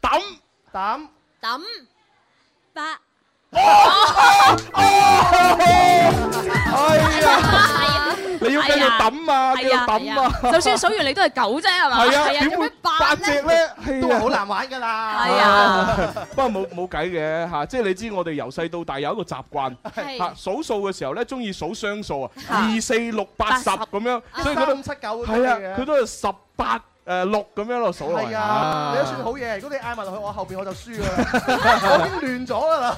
抌
抌
抌八。
你要繼
哎
續抌啊，繼續抌 啊！
就算數完你都係九啫，係嘛？
係啊，
點
點會
會
八隻啊咧？
都係好難玩㗎啦。
係啊，
不過冇冇計嘅嚇，即係你知我哋由細到大有一個習慣
係
嚇，數數嘅時候咧，中意數雙數啊，二四六八十咁樣，
啊
À,
所以佢都
三五七九
係啊，佢都係十八誒六咁樣落數落嚟
係啊，你都算好嘢。如果你嗌埋落去，我後邊我就輸㗎啦， 我已經亂咗㗎啦。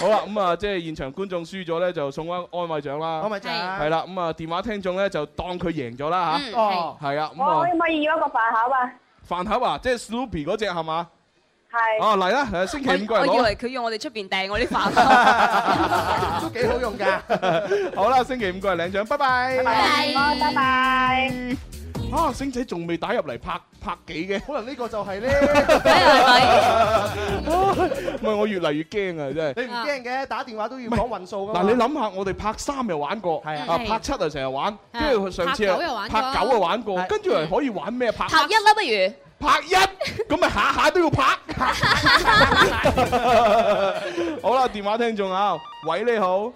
好啦，咁啊，即係現場觀眾輸咗咧，就送翻安慰獎啦。
安慰獎係
係啦，咁啊，電話聽眾咧就當佢贏咗啦
嗯
嚇。
係
係啊，咁
我可
啊，
唔可以要一個飯盒啊？
飯盒啊，即係 à, Snoopy 嗰只係嘛？
係。
哦，嚟啦，誒星期五過
我
嚟
以
攞
為佢要我哋出邊掟我啲飯。
都幾好用㗎。
啦。好啦，星期五過嚟領獎，拜拜。
拜拜。
啊，星仔仲未打入嚟拍拍幾嘅？
可能呢個就係咧，
唔係我越嚟越驚啊！真
你
係
唔。驚嘅，打電話都要講運數㗎嘛。
嗱，你諗下，我哋拍三又玩過，
係啊
啊拍七又成日玩，
係
跟住上次
拍九又玩過
拍九又玩過，跟住係可以玩咩？拍
拍一啦，不如
拍一，咁咪下下都要拍。 好啦，電話聽眾啊，喂你好，
喂，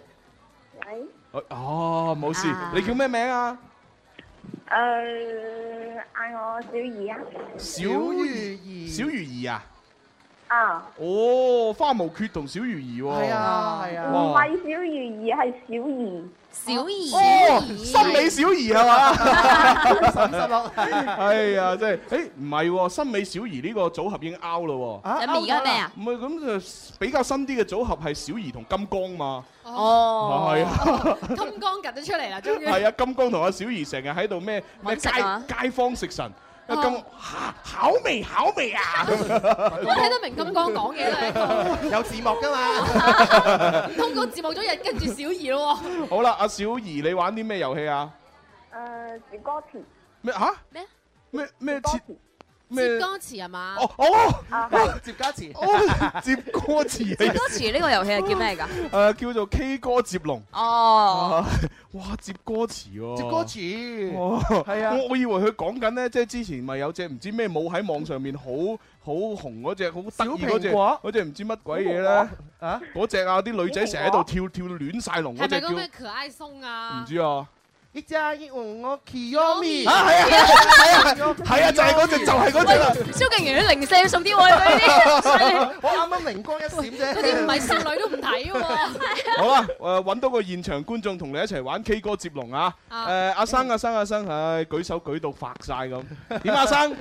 哦冇事，你叫咩名啊？
Ờ, 誒，嗌我小儀啊。
小魚兒，小魚兒啊？
啊。
哦，花無缺同小魚兒喎。
係
à.
啊
係
唔係小魚兒，係小兒。
小
Ờ.
兒
哦，心理小儀係
Ờ.
嘛？哎呀，真係，誒唔係喎，心理小儀呢個組合已經 out 咯喎。
咁而家咩啊？
唔係咁就比較新啲嘅組合係小儀同金剛嘛。
哦，
係啊。
金剛趌咗出嚟啦，終於
係啊，金剛同阿小儀成日喺度咩咩街
食啊
街坊食神，阿
哦
金嚇好 味好味啊！
我睇得明金剛講嘢啦，
有字幕㗎嘛。
通過字幕咗日跟住小儀咯喎。
好啦，阿小儀你玩啲咩遊戲啊？
誒，小歌詞。
咩嚇
咩
咩咩切
浙
咩？
江詞係嘛？
哦哦，
接家詞，
哦 接歌詞
接歌詞呢個遊戲係叫咩㗎？
誒呃叫做 K 歌接龍。
哦，
啊哇！接歌詞喎，
接歌詞
哦，
係啊
我我以為佢講緊咧，即係之前咪有隻唔知咩舞喺網上面好好紅嗰隻，好得意嗰
小
隻，
蘋果
嗰隻唔知乜鬼嘢咧
啊！
嗰隻啊，啲女仔成日喺度跳跳亂晒龍嗰
係
隻
咪
叫
嗰咩
唔
可愛松啊？
知啊。
一加一我 Kiyomi
啊係啊係啊係啊係啊就 係嗰隻就係嗰隻啦。
蕭敬元啲零舍送啲我哋啲，
我啱啱靈光一閃啫，
嗰啲唔係少女都唔睇喎。
好啦，誒揾到個現場觀眾同你一齊玩 K 歌接龍啊！誒
啊
阿生阿生阿生，唉舉手舉到發晒咁，點啊阿生？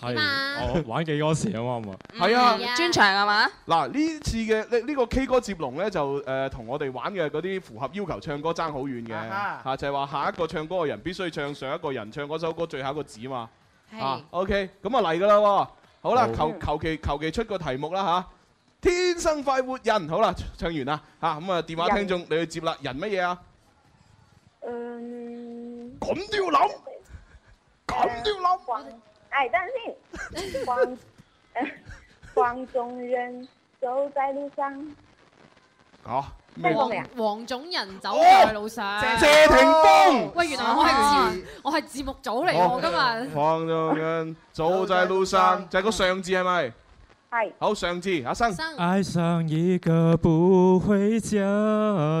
係，我玩幾多時啊嘛，係嘛
係啊，
嗯專長係嘛？
嗱呢次嘅呢呢個 K 歌接龍呢，就誒同我哋玩嘅嗰啲符合要求唱歌爭好遠嘅
啊哈
嚇，就係話下一個唱歌嘅人必須唱上一個人唱嗰首歌最後一個字嘛。
係
啊，OK，咁啊嚟噶啦喎，好啦
好，
求求其求其出個題目啦嚇。天生快活人，好啦，唱完啦嚇，咁啊電話聽眾你去接啦，人乜嘢啊？
嗯。
咁都要諗，咁都要諗。
廣，哎，等陣 先。廣，誒廣東人走在路上。
哦
啊咩？
黃黃種人走在路上，
謝謝霆鋒
喂，原來我係字我係字幕組嚟
哦
喎，今日
放縱人早在路上，就係個上字係咪？
係。
好上字，阿生。
愛上一個不回家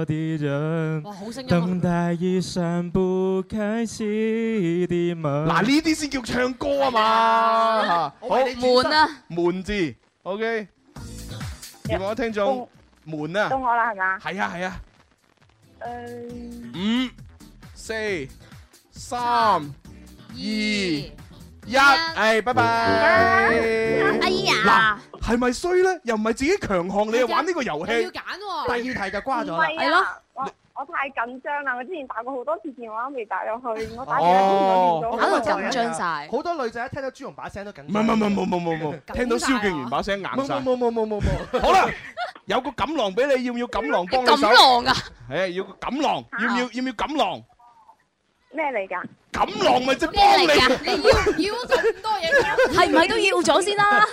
的人
哇好聲，音啊
等待一扇不開啟的門。
嗱呢啲先叫唱歌啊嘛，嚇
我為你轉身
悶啊！
悶字，OK。電話聽眾門啊，
到我啦，係嘛？
係啊係啊，
誒，
五、四、三、二、一，誒，拜拜。
哎
呀，係咪衰咧？又唔係自己強項，你又玩呢個遊戲？
第二題就瓜咗
唔
啦，
係啊，我我太緊張啦！我之前打過好多次電話都未打入去，我打咗
哦
一次我
我
都
都
做唔到。
晒。好多女仔一聽到朱紅把聲都緊
唔係唔係唔係唔係唔係唔係，聽到蕭敬元把聲硬晒。
冇冇冇冇冇冇冇。
好啦，有個錦囊俾你，要唔要錦囊幫你手？
錦囊啊！
誒，要個錦囊，要唔要要唔要錦囊？
咩嚟㗎？
錦囊咪即係幫 你。
要唔要做咁多嘢？
係唔係都要咗先啦？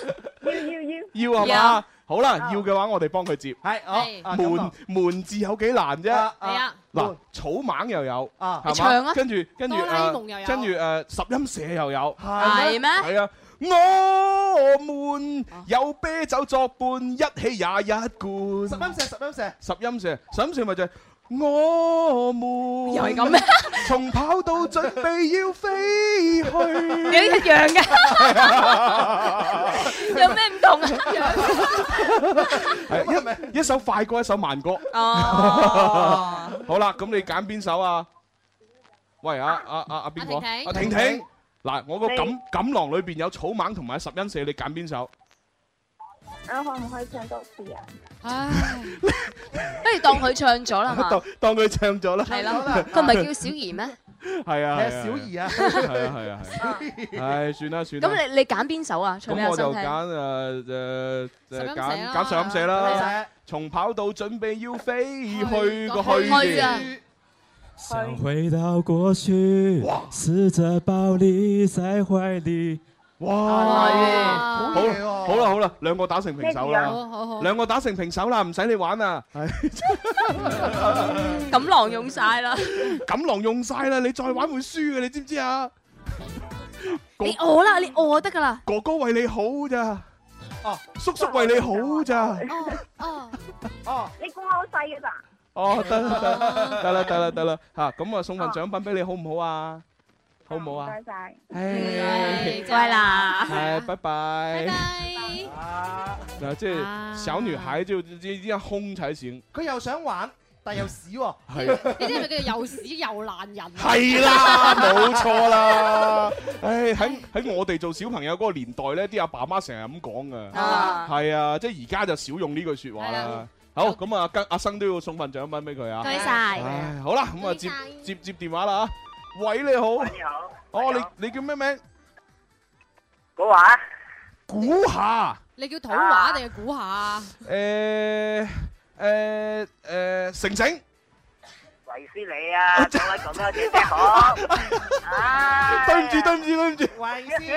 要要要！
要係
Dạ.
嘛？好啦，要嘅話我哋幫佢接。係，
係啊錦
門
囊
門字有幾難啫？
係啊
嗱，草蜢又有，
啊
係
唱
嘛？
啊
跟住跟住
哆啦 A 夢又
誒，
有
跟住誒，十音社又有，
係咩
係啊。我們有啤酒作伴，一起也一罐。
十音社，十音社。
十音社，十音社咪就係我們
又係咁咩？
從跑道準備要飛去，
你一樣
嘅
有咩唔同啊？
Ờ, 係一一首快歌，一首慢歌。
哦，
好啦，咁你揀邊首啊？喂，啊啊啊啊邊個？
阿
啊
婷
婷
婷
婷，嗱，我個
你
錦錦囊裏邊有草蜢同埋十音社，你揀邊首？
我可唔可以唱多次啊？
不如當佢唱咗 啦嘛，
當當佢唱咗啦。
係 啦，佢唔係叫小儀咩？
係啊，
係啊
係啊
小儀啊
係啊係啊 係啊，唉，算啦算啦。
咁你你揀邊首啊？唱俾
咁
阿
我
生
就
聽。
揀誒誒誒
十音
揀
社啦
揀上社
係
啦
啊，
從跑道準備要飛去個去
去啊
字。
想回到過去，試着抱你在懷裡。
哇！
好
好
嘢喎
好啦好啦，兩個打成平手
咩字啊好好
啦
好，
兩個打成平手啦，唔使你玩啦。
錦囊用晒啦，
錦囊 用晒啦，你再玩會輸嘅，你知唔知啊？
你餓啦，你餓得噶啦。
哥哥為你好咋，叔叔為你好咋。
哦哦，你估我好細嘅咋？
哦，得啦得啦得啦得啦得啦嚇，咁啊送份獎品俾你好唔好啊？好唔好
唔
啊
該？晒。
唉，
乖啦，
哎，拜拜。那这小女孩就一定要哄才行。
佢又想玩，但又屎喎。
係啊
你知唔知佢又屎又爛人？
係 啦，冇錯啦。唉，喺喺我哋做小朋友嗰個年代咧，啲阿爸媽成日咁講噶
啊。
係啊，即係而家就少用呢句説話啦。好，咁啊，跟阿生都要送份獎品俾佢啊。
唔該晒
唉好啦，咁啊，接接接電話啦嚇。喂，你好。
你好。
哦，你你叫咩名？
古華。
估下。
你叫土話定係估下啊？
誒誒誒，成成。
維斯你啊，講嚟講多姐姐好。
對唔住，對唔住，對唔住。
維斯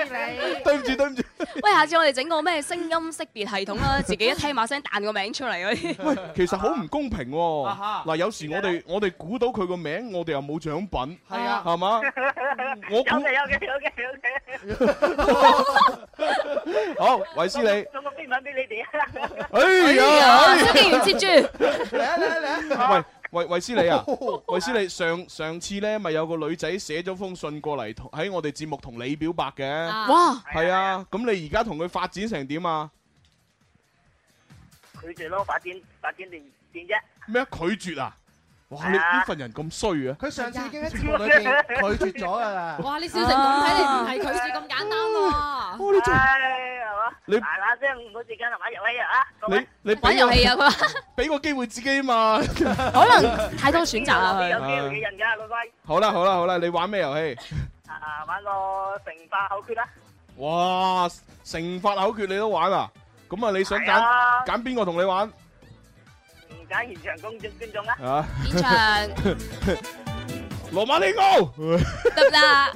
對唔住，對唔住。
喂，下次我哋整個咩聲音識別系統啦，自己一聽把聲彈個名出 嚟嗰啲。
喂，其實好唔公平喎。
啊哈
嗱，有時我哋我哋估到佢個名，我哋又冇獎品，
係啊
係嘛？我
有
估
嘅有嘅有嘅有嘅。
好，維斯你，
送個邊文俾你哋啊！
哎呀，
哎呀
哎呀
蕭敬元接住 嚟啊嚟啊嚟
喂。維維斯利啊，維斯利上上次咧咪有個女仔寫咗封信過嚟同喺我哋節目同你表白嘅，
哇，
係啊，咁你而家同佢發展成點啊？
佢哋咯，發展發展定點啫？
咩拒絕啊？哇，你
係啊
呢份人咁衰啊！
佢上次已經喺節目裏邊拒絕咗㗎 啦。
哇！你小成咁睇你唔係佢試咁簡單喎。
我呢
係嘛？嗱嗱聲，唔好自己啦，玩遊戲啊！
你你俾
玩遊
個
戲啊佢話
俾個機會自己 嘛，
可能太多選擇 啦
有機
係
會嘅人㗎，老細。
好啦好啦好啦，你玩咩遊戲？
啊，玩個成化口訣啦。
哇！乘法口訣你都玩啊？咁啊，你想
係啊
揀揀邊個同你玩
唔揀現場公眾觀眾啦。
啊？
現場
羅馬里奧
得唔得啊？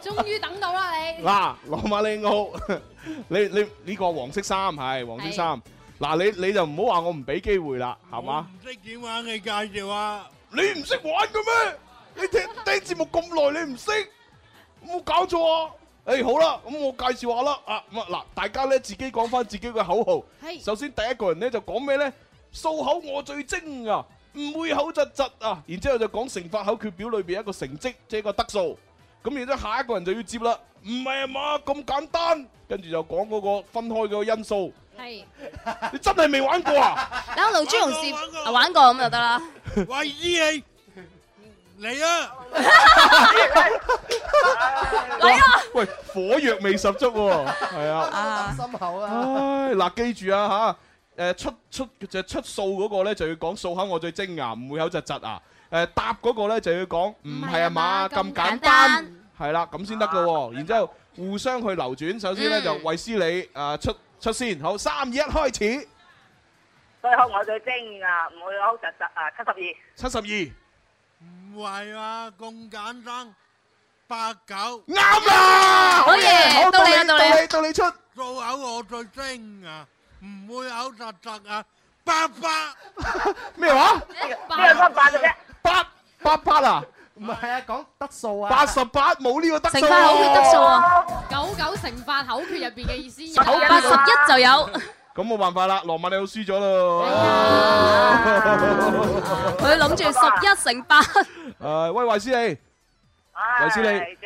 終於等到啦你。
嗱，羅馬里奧， 你你呢個黃色衫係黃色衫。嗱，你你就唔好話我唔俾機會啦，係
嗯
嘛？
唔識點玩你介紹啊！
你唔識玩嘅咩？你聽聽節目咁耐，你唔識，冇搞錯啊！誒好啦，咁我介紹下啦啊咁啊嗱，大家咧自己講翻自己嘅口號。
係
首先第一個人咧就講咩咧？數口我最精啊，唔會口窒窒啊！然之後就講乘法口訣表裏邊一個成績，即係一個得數。咁然之後下一個人就要接啦，唔係啊嘛咁簡單。跟住就講嗰個分開嗰個因素。
係。
你真係未玩過啊？
嗱，盧朱紅試啊玩過咁就得啦。
喂，依你嚟啊！
嚟啊！喂，火藥味十足喎，係啊。
心口啊！
唉，嗱，記住啊吓，誒出出就出數嗰個咧就要講數口我最精啊，唔會口窒窒啊。誒答嗰個咧就要講唔係啊嘛咁簡單，係啦咁先得噶喎。然之後互相去流轉，首先咧
嗯
就維斯你誒出出先，好三二一開始，
所以哭我最精啊，唔會哭實實啊，七十二。
七十二。
唔係啊，咁簡單，八九
啱啦
好嘢
好到你到你到你到你到你出。
做口我最精啊，唔會口窒窒啊，八八
咩話？
邊有得八嘅啫？
八八八啊！
唔係啊，講得數啊，
八十八冇呢個得數
乘法口訣得數啊！
九九乘法口訣入邊嘅意思有
九八十一就有，
咁冇辦法啦，羅馬你又輸咗咯。
佢諗住十一乘八。
誒，喂，維斯利，維斯利，
獎品，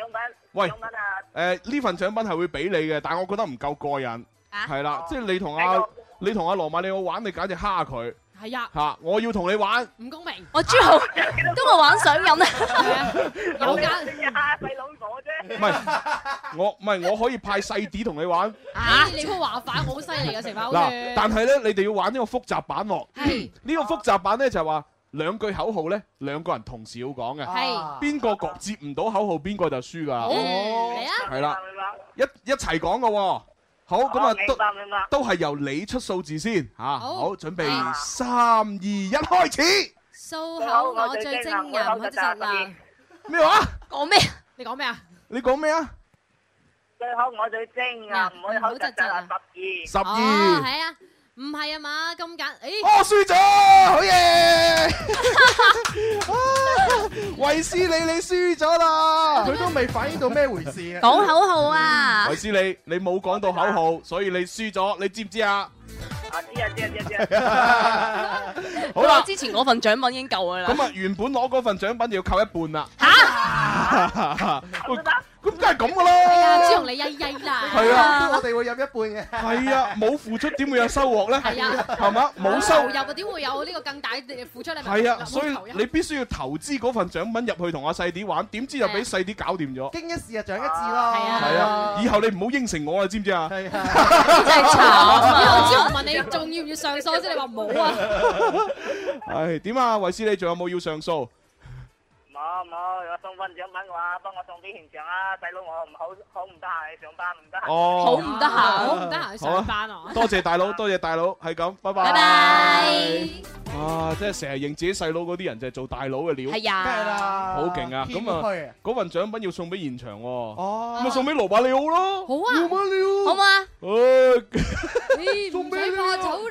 喂
獎品啊，
誒呢份獎品係會俾你嘅，但係我覺得唔夠過癮，
啊
係
哦
啦，即係你同阿你同阿羅馬里奧玩，你簡直蝦佢
係啊，
嚇！我要同你玩，
唔公平。
我朱紅都我玩上癮
啊！有間
啊細佬我啫。
唔係我唔係我可以派細啲同你玩
唉你個話法好犀利嘅成法口
嗱，
訣。
但係咧你哋要玩呢個複雜版喎，
係
呢個複雜版咧就係話兩句口號咧兩個人同時要講嘅，
啊
係
邊個講接唔到口號邊個就輸㗎啦。
嚟
啊
係啦，一一齊講嘅喎。好，咁啊
哦明白明白
都都係由你出數字先嚇。
好
好，準備三二一，開始。
數口我最精啊，唔好窒啦。
咩話？
講咩？
你講咩啊？
你講咩啊？
最哭我最精啊，唔會口窒窒
à?
啊，十
十
二。
二
哦，係啊，唔係啊嘛，咁簡，誒，
我輸咗，好 嘢！維啊斯利你輸咗啦，
佢都未反應到咩回事啊！
講口號啊！
維斯利，你冇講到口號，所以你輸咗，你知唔知啊？
啊知啊知啊知啊知啊！
好啦
我之前嗰份獎品已經夠噶啦。
咁啊，原本攞嗰份獎品就要扣一半啦。吓， 咁梗係咁噶
係啊，
啦
朱紅。你曳曳啦。
係啊
我哋會飲一半嘅。
係啊，冇付出點會有收穫咧？
係啊
係嘛，冇收。
投入啊，點會有呢個更大嘅付出咧？
係啊，所以
冇投入
你必須要投資嗰份獎品入去同阿細啲玩，點知就俾細啲搞掂咗。
經一事就啊長一智咯。係
係啊，以後你唔好應承我啊，知唔知啊？
係啊，
真係
慘
以後朱紅問你仲要唔要上訴先，你話冇 啊？
唉，點啊，維斯，你仲有冇要上訴？
冇冇，有送份獎品嘅話，幫我送俾現場啊！細佬我唔好好唔得閒，上班唔得閒。
哦好唔得閒
好唔得閒去上班
好
啊！
多謝 大佬，多謝大佬，係咁，拜拜。拜拜。啊，即係成日認自己細佬嗰啲人就係做大佬嘅料。
係啊，
梗係啦，
好勁啊！咁
謙虛
啊，嗰份獎品要送俾現場喎。哦，咁咪送俾羅馬里奧咯。
好啊，好唔好啊？
誒，
你唔使怕醜啦，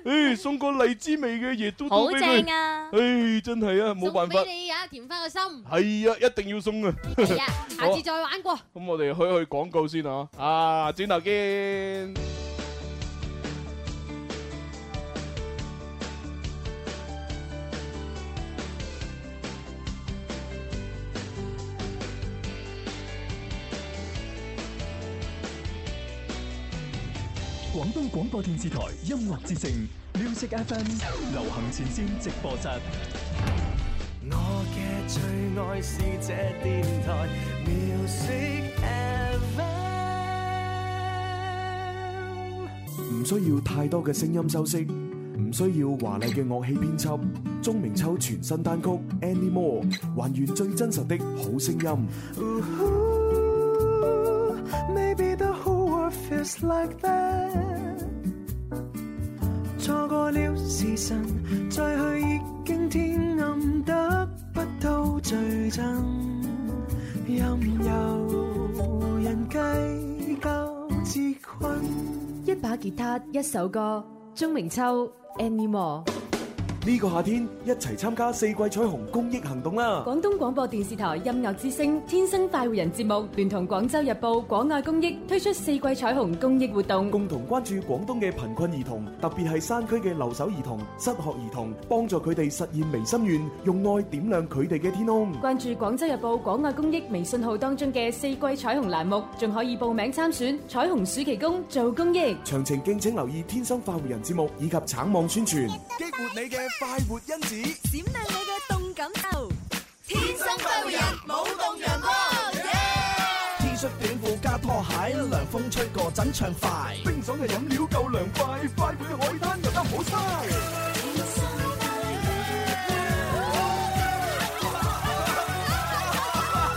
誒，送個荔枝味嘅嘢都
好
都俾佢。
正！啊！
誒，真係啊，冇辦法
俾。你啊，填翻 個心。
係啊，一定要送啊！
係啊，下次再玩過。
咁我哋去去廣告先啊！啊，轉頭見。
廣東廣播電視台音樂之聲 Music FM 流行前線直播室。
我嘅最愛是這電台 Music FM。
唔需要太多嘅聲音修飾，唔需要華麗嘅樂器編輯，鐘明秋全新單曲《Anymore》還原最真實的好聲音。
Maybe the whole world feels like that。錯過了時辰，再去已經天暗，得不到最真。任由人計較自困。
一把吉他，一首歌，鐘明秋，Anymore。
呢個夏天一齊參加四季彩虹公益行動啦！
廣東廣播電視台音樂之聲《天生快活人》節目聯同廣州日報廣愛公益推出四季彩虹公益活動，
共同關注廣東嘅貧困兒童，特別係山區嘅留守兒童、失學兒童，幫助佢哋實現微心願，用愛點亮佢哋嘅天空。
關注廣州日報廣愛公益微信號當中嘅四季彩虹欄目，仲可以報名參選彩虹暑期工做公益。
詳情敬請留意《天生快活人》節目以及橙網宣傳。
激活你嘅快活因子，閃亮你嘅動感球。天生快活人，舞動陽光。
T 恤短褲加拖鞋，涼風吹過陣暢快。冰爽嘅飲料夠涼快，快活嘅海灘遊得好晒。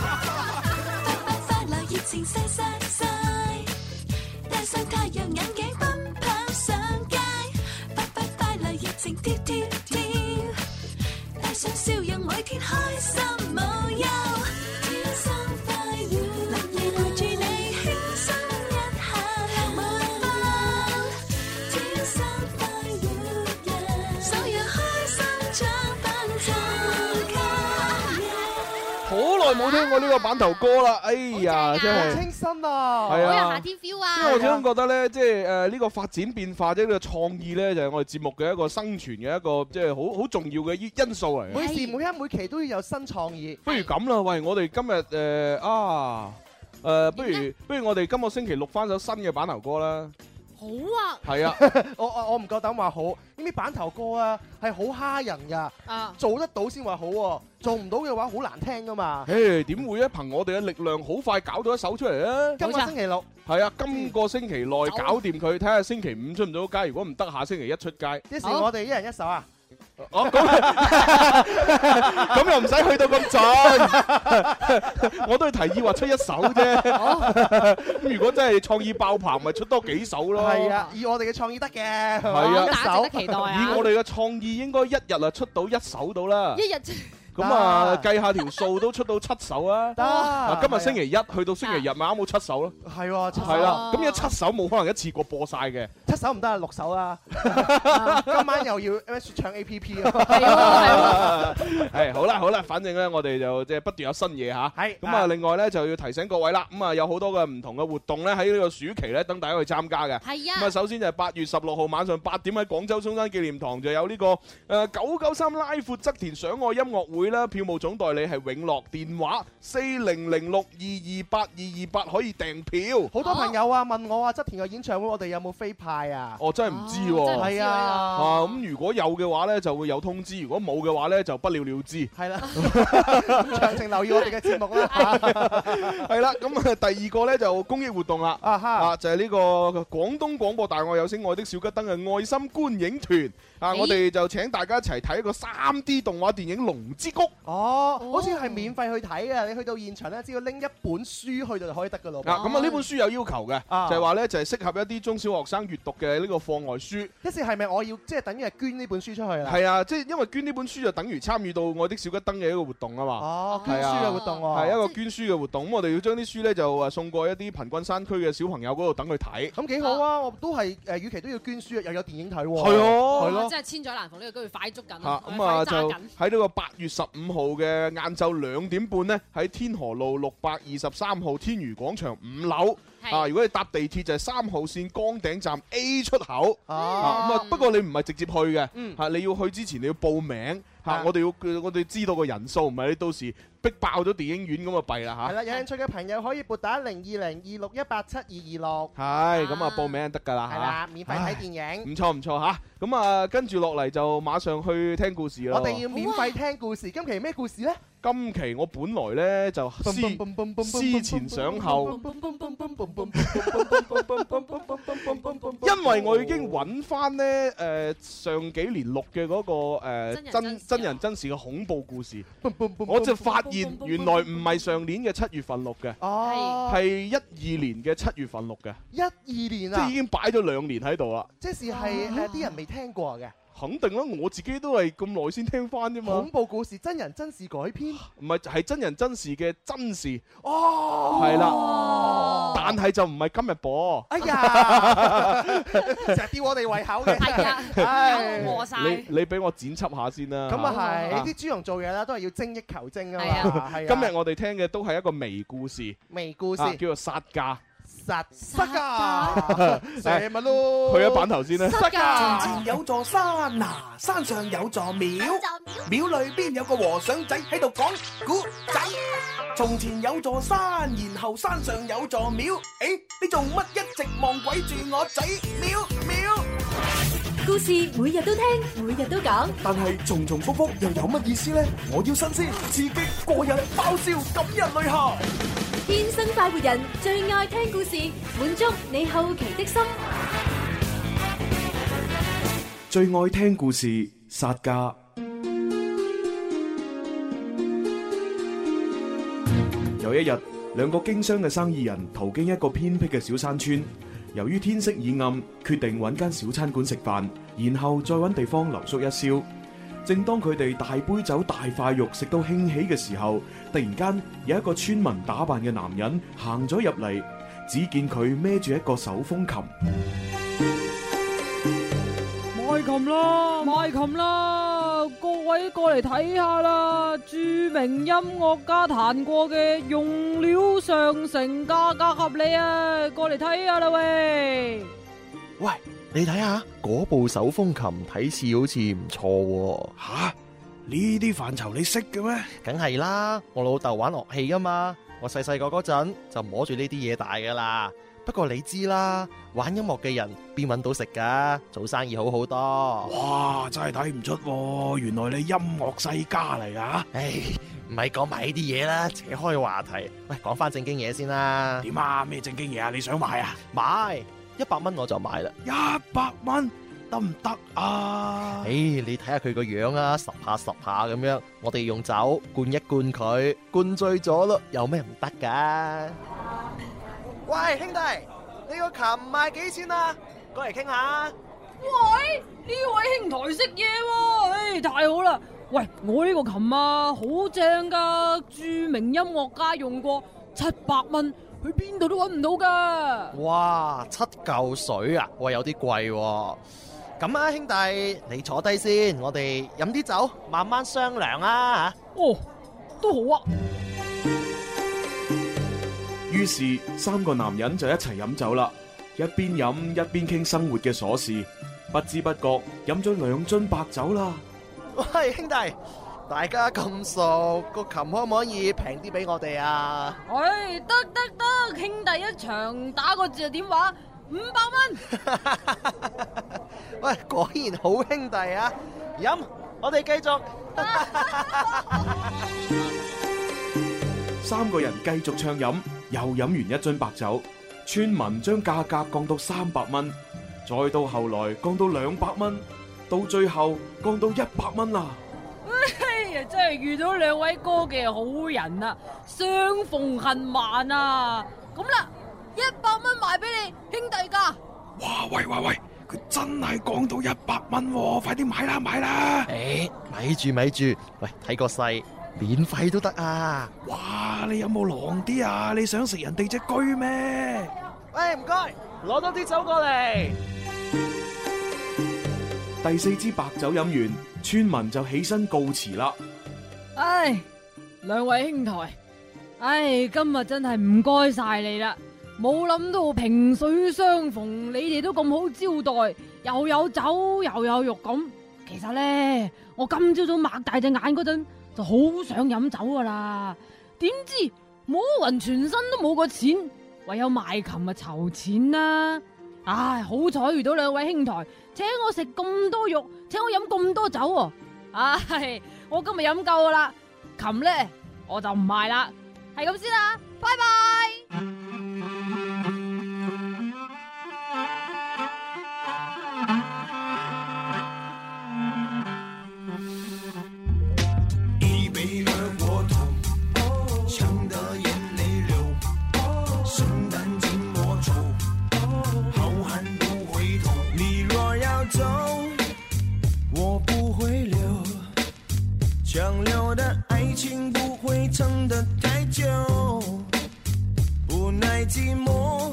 快快樂熱情曬曬曬，戴上太陽眼鏡奔跑上街，快快快樂熱情跳跳跳，帶上笑容每天開心無憂。天生快活，樂意陪住你輕鬆一下無分。天生快活人，手有開心獎品就給你。
好耐冇聽過呢個版頭歌啦，哎呀，真
好
係
清。新啊！
係啊好有夏
天 feel
因為我始終覺得咧，即係誒呢個發展變化，即係呢個創意咧，就係我哋節目嘅一個生存嘅一個即係好好重要嘅因因素嚟
每
嘅。
時每一每期都要有新創意。
不如咁啦，喂，我哋今日誒啊誒，不如不如我哋今個星期錄翻首新嘅版頭歌啦。
好
啊！
係啊，
我我我唔夠膽話好，呢啲版頭歌啊係好蝦人㗎，
啊
做得到先話好喎，做唔到嘅話好難聽㗎嘛。
誒點會啊？憑我哋嘅力量，好快搞到一首出嚟啊！
今個星期六
係啊，今個星期內搞掂佢，睇下星期五出唔出到街。如果唔得，下星期一出街。
一時我哋一人一 首啊！
哦，咁 咁又唔使去到咁盡， 我都係提議話出一首啫。 咁如果真係創意爆棚，咪出多幾首咯。
哦係啊，，以我哋嘅創意得嘅，係
係
嘛
啊，
一首
以我哋嘅創意，應該一日啊出到一首到啦。
一日
咁啊，計下條數都出到七首啊！
得
嗱，今日星期一去到星期日咪啱好七首咯。
係喎，七首
係啦，咁一七首冇可能一次過播晒嘅。
七首唔得啊，六首啦。今晚又要咩説唱 A P P 啊？
係好啦好啦，反正咧我哋就即係不斷有新嘢吓。係咁啊，另外咧就要提醒各位啦，咁啊有好多嘅唔同嘅活動咧喺呢個暑期咧等大家去參加嘅。
係啊
咁啊，首先就係八月十六號晚上八點喺廣州中山紀念堂就有呢個誒九九三拉闊側田賞愛音樂會啦，票務總代理係永樂，電話四零零六二二八二二八可以訂票。
好多朋友啊問我啊，側田嘅演唱會我哋有冇飛派啊？
我真係唔知
真係唔
喎，
知喎呢個
啊咁如果有嘅話呢，就會有通知；如果冇嘅話呢，就不了了之。
係啦，詳情
哦
留意我哋嘅節目 啦。
係啦，咁啊第二個呢，就公益活動啦，
啊哈
就係呢個呃廣東廣播大愛有聲愛的小吉燈嘅愛心觀影團啊，
咦
我哋就請大家一齊睇一個三 D 動畫電影《龍之谷》。
哦，好似係免費去睇嘅，你去到現場咧，只要拎一本書去到就可以得噶咯。
啊，咁啊呢本書有要求嘅，
哦啊
就係話呢，就係適合一啲中小學生閱讀嘅呢個課外書。
一時係咪我要即係等於係捐呢本書出去啦？
係啊，即係因為捐呢本書就等於參與到《愛的小吉燈》嘅一個活動啊嘛。
哦捐書嘅活動喎
係一個捐書嘅活動。咁我哋要將啲書咧就誒送過一啲貧困山區嘅小朋友嗰度等佢睇。
咁幾好啊！我都係誒，與其都要捐書，又有電影睇喎。
係哦係咯
真係千載難逢呢個機會，快捉緊
嚇
啊！
咁啊
快揸
就
緊
喺呢個八月十五號嘅晏晝兩點半呢，喺天河路六百二十三號天娛廣場五樓。
係
啊！如果你搭地鐵就係三號線江頂站 A 出口啊，咁啊不過你唔係直接去嘅，嚇你要去之前你要報名嚇
啊，
我哋要我哋知道個人數，唔係你到時逼爆咗電影院咁啊弊啦嚇。
係啦，有興趣嘅朋友可以撥打零二零二六一八七二二六，
係咁啊，報名就啊得㗎啦
係啦，免費睇電
嚇
影。
唔錯唔錯嚇。咁啊，跟住落嚟就馬上去聽故事啦。
我哋要免費聽故事，今期咩故事咧？
今期我本來咧就思思前想後，因為我已經揾翻咧誒呃上幾年錄嘅嗰個誒真真人真事啊嘅恐怖故事，我就發現原來唔係上年嘅七月份錄嘅，
啊
哦，
係一二年嘅七月份錄嘅，
呃
一二年
即係
啊
已，經擺咗兩年喺度啦。
即是係誒啲人未聽過嘅。
呃
Hãy subscribe cho kênh Ghiền Mì Gõ Để không bỏ lỡ 肯定啦，我自己都係咁耐先聽翻啫嘛。
恐怖故事真人真事改編，
唔係係真人真事嘅真事，
哦，
係啦。但係就唔係今日播。
哎 呀，成日吊我哋胃口嘅，係啊，唉，
你你俾我剪輯下先啦。
咁啊係，呢
啊
啲豬籠做嘢啦，都係要精益求精啊
啊
嘛，係啊。
今日我哋聽嘅都係一個微故事，
微故事
啊叫做殺價。
實塞 噶，射咪哦咯，
去一版頭先啦
塞
從
噶，
前有座山啊，山上有座廟，廟裏邊有個和尚仔喺度講古仔。從前有座山，然後山上有座廟。誒，你做乜一直望鬼住我仔？廟廟。
故事每日都聽，每日都講。
但係重重複複又有乜意思呢？我要新鮮、刺激、過癮、爆笑、感人淚下。
天生快活人最愛聽故事，滿足你好奇的心。
最愛聽故事殺價。有一日，兩個經商嘅生意人途經一個偏僻嘅小山村，由於天色已暗，決定揾間小餐館食飯，然後再揾地方留宿一宵。正當佢哋大杯酒大塊肉食到興起嘅時候，突然間有一個村民打扮嘅男人行咗入嚟，只見佢孭住一個手風琴。
卖琴啦，卖琴啦！各位過嚟睇下啦，著名音樂家彈過嘅，用料上乘，價格合理啊！過嚟睇下啦喂！
喂，你睇下嗰部手風琴，睇似好似唔錯喎。吓，呢啲範疇你識嘅咩？梗係啦，我老豆玩樂器噶嘛，我細細個嗰陣就摸住呢啲嘢大噶啦。不過你知啦，玩音樂嘅人邊揾到食噶，做生意好好多。
哇，真係睇唔出喎，原來你音樂世家嚟噶。
唉，唔係講埋呢啲嘢啦，扯開話題。喂，講翻正經嘢先啦。點啊？咩正經嘢啊？你想買啊？買一百蚊我就買啦。
一百蚊得唔得啊？
唉，哎你睇下佢個樣啊，十下十下咁樣，我哋用酒灌一灌佢，灌醉咗咯，有咩唔得噶？
喂，兄弟，你個琴賣幾錢啊？過嚟傾下。
喂，呢位兄台識嘢喎，唉，太好啦！喂，我呢個琴啊，好正噶，著名音樂家用過，七百蚊，去邊度都揾唔到噶。
哇，七嚿水啊！喂，有啲貴喎。咁啊，兄弟，你坐低先，我哋飲啲酒，慢慢商量啊
哦，都好啊。
於是三個男人就一齊飲酒啦，一邊飲一邊傾生活嘅瑣事，不知不覺飲咗兩樽白酒啦。
喂，兄弟，大家咁熟，個琴可唔可以平啲俾我哋啊？
唉，哎得得得，兄弟一場打個字點話？五百蚊，
喂，果然好兄弟啊！飲，我哋繼續。
三個人繼續暢飲，又飲完一樽白酒。村民將價格降到三百蚊，再到後來降到兩百蚊，到最後降到一百蚊啦。
哎呀，真係遇到兩位哥嘅好人啊，相逢恨晚啊！咁啦，一百蚊賣俾你，兄弟㗎。
哇喂喂喂，佢真係降到一百蚊喎，快啲買啦買啦！
誒，哎咪住咪住，喂，睇個細，免費都得啊！
哇，你有冇狼啲啊？你想食人哋只居咩？
喂，唔該，攞多啲酒過嚟。
第四支白酒飲完，村民就起身告辭啦。
唉，兩位兄台，唉，今日真係唔該晒你啦！冇諗到萍水相逢，你哋都咁好招待，又有酒又有肉咁。其實呢，我今朝早擘大隻眼嗰陣就好想飲酒噶啦，點知摸匀全身都冇個錢，唯有賣琴啊籌錢啦。唉，好彩遇到兩位兄台，請我食咁多肉，請我飲咁多酒喎、唉，我今日飲夠噶啦，琴咧我就唔賣啦，係咁先啦，拜拜。
一杯二锅头，呛得眼泪流。身担紧我愁，浩瀚不回头。你若要走，我寂寞，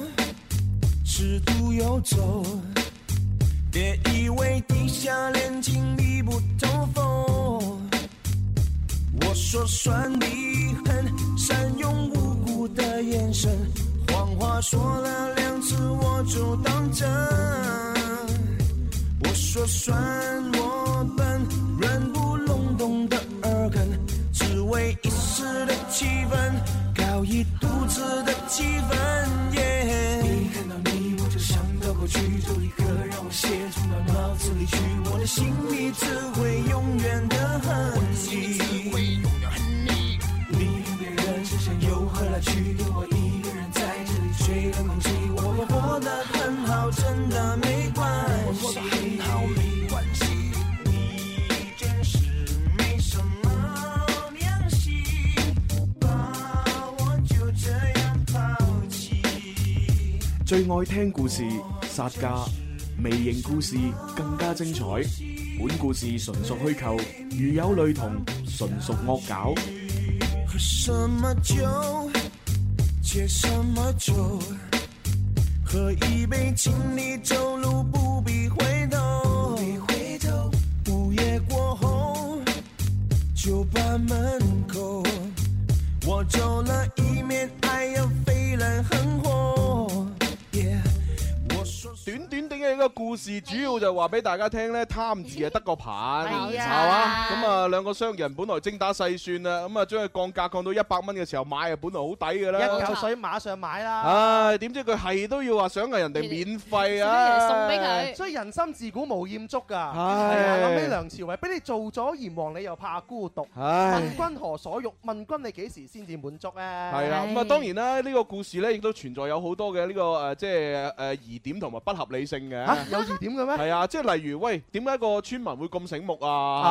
是独游走。别以为低下脸睛密不透风。我说算你狠，善用无辜的眼神，谎话说了两次我就当真。我说算我笨，软不隆咚的耳根，只为一时的气氛，搞一肚子的气氛。耶。一看到你我就想到过去，这一刻让我写进到脑子里去，我的心里只会永远的恨你。你跟别人之间又何来区别？我一个人在这里吹冷空气，我会活得很好，真的没关系。我活得很好，没关系。你真是没什么良心，把我就这样抛弃。
最愛聽故事殺價，微型故事更加精彩。本故事純屬虛構，如有類同，純屬惡搞。
喝什么酒，解什么酒，喝一杯，请你走路不必回头。午夜过后，酒吧门口，我走了一面，爱要飞来横祸。Yeah
短短的一個故事，主要就話俾大家聽咧，貪字啊得個貧，係嘛？咁啊兩個商人本來精打細算啦，咁啊將佢降價降到一百蚊嘅時候買啊，本來好抵嘅啦。啊
一嚿水馬上買啦。
唉，點知佢係都要話想啊人哋免費啊，
所以人心自古無厭足㗎。係啊，
唉
諗起梁朝偉，俾你做咗閻王，你又怕孤獨。
唉
問君何所欲？問君你幾時先至滿足咧？
係
係
啦，咁啊當然啦，呢個故事咧亦都存在有好多嘅呢個誒，即係誒疑點同埋不合理性嘅。
有疑點嘅 咩？
係啊，即係例如喂，點解個村民會咁醒目啊？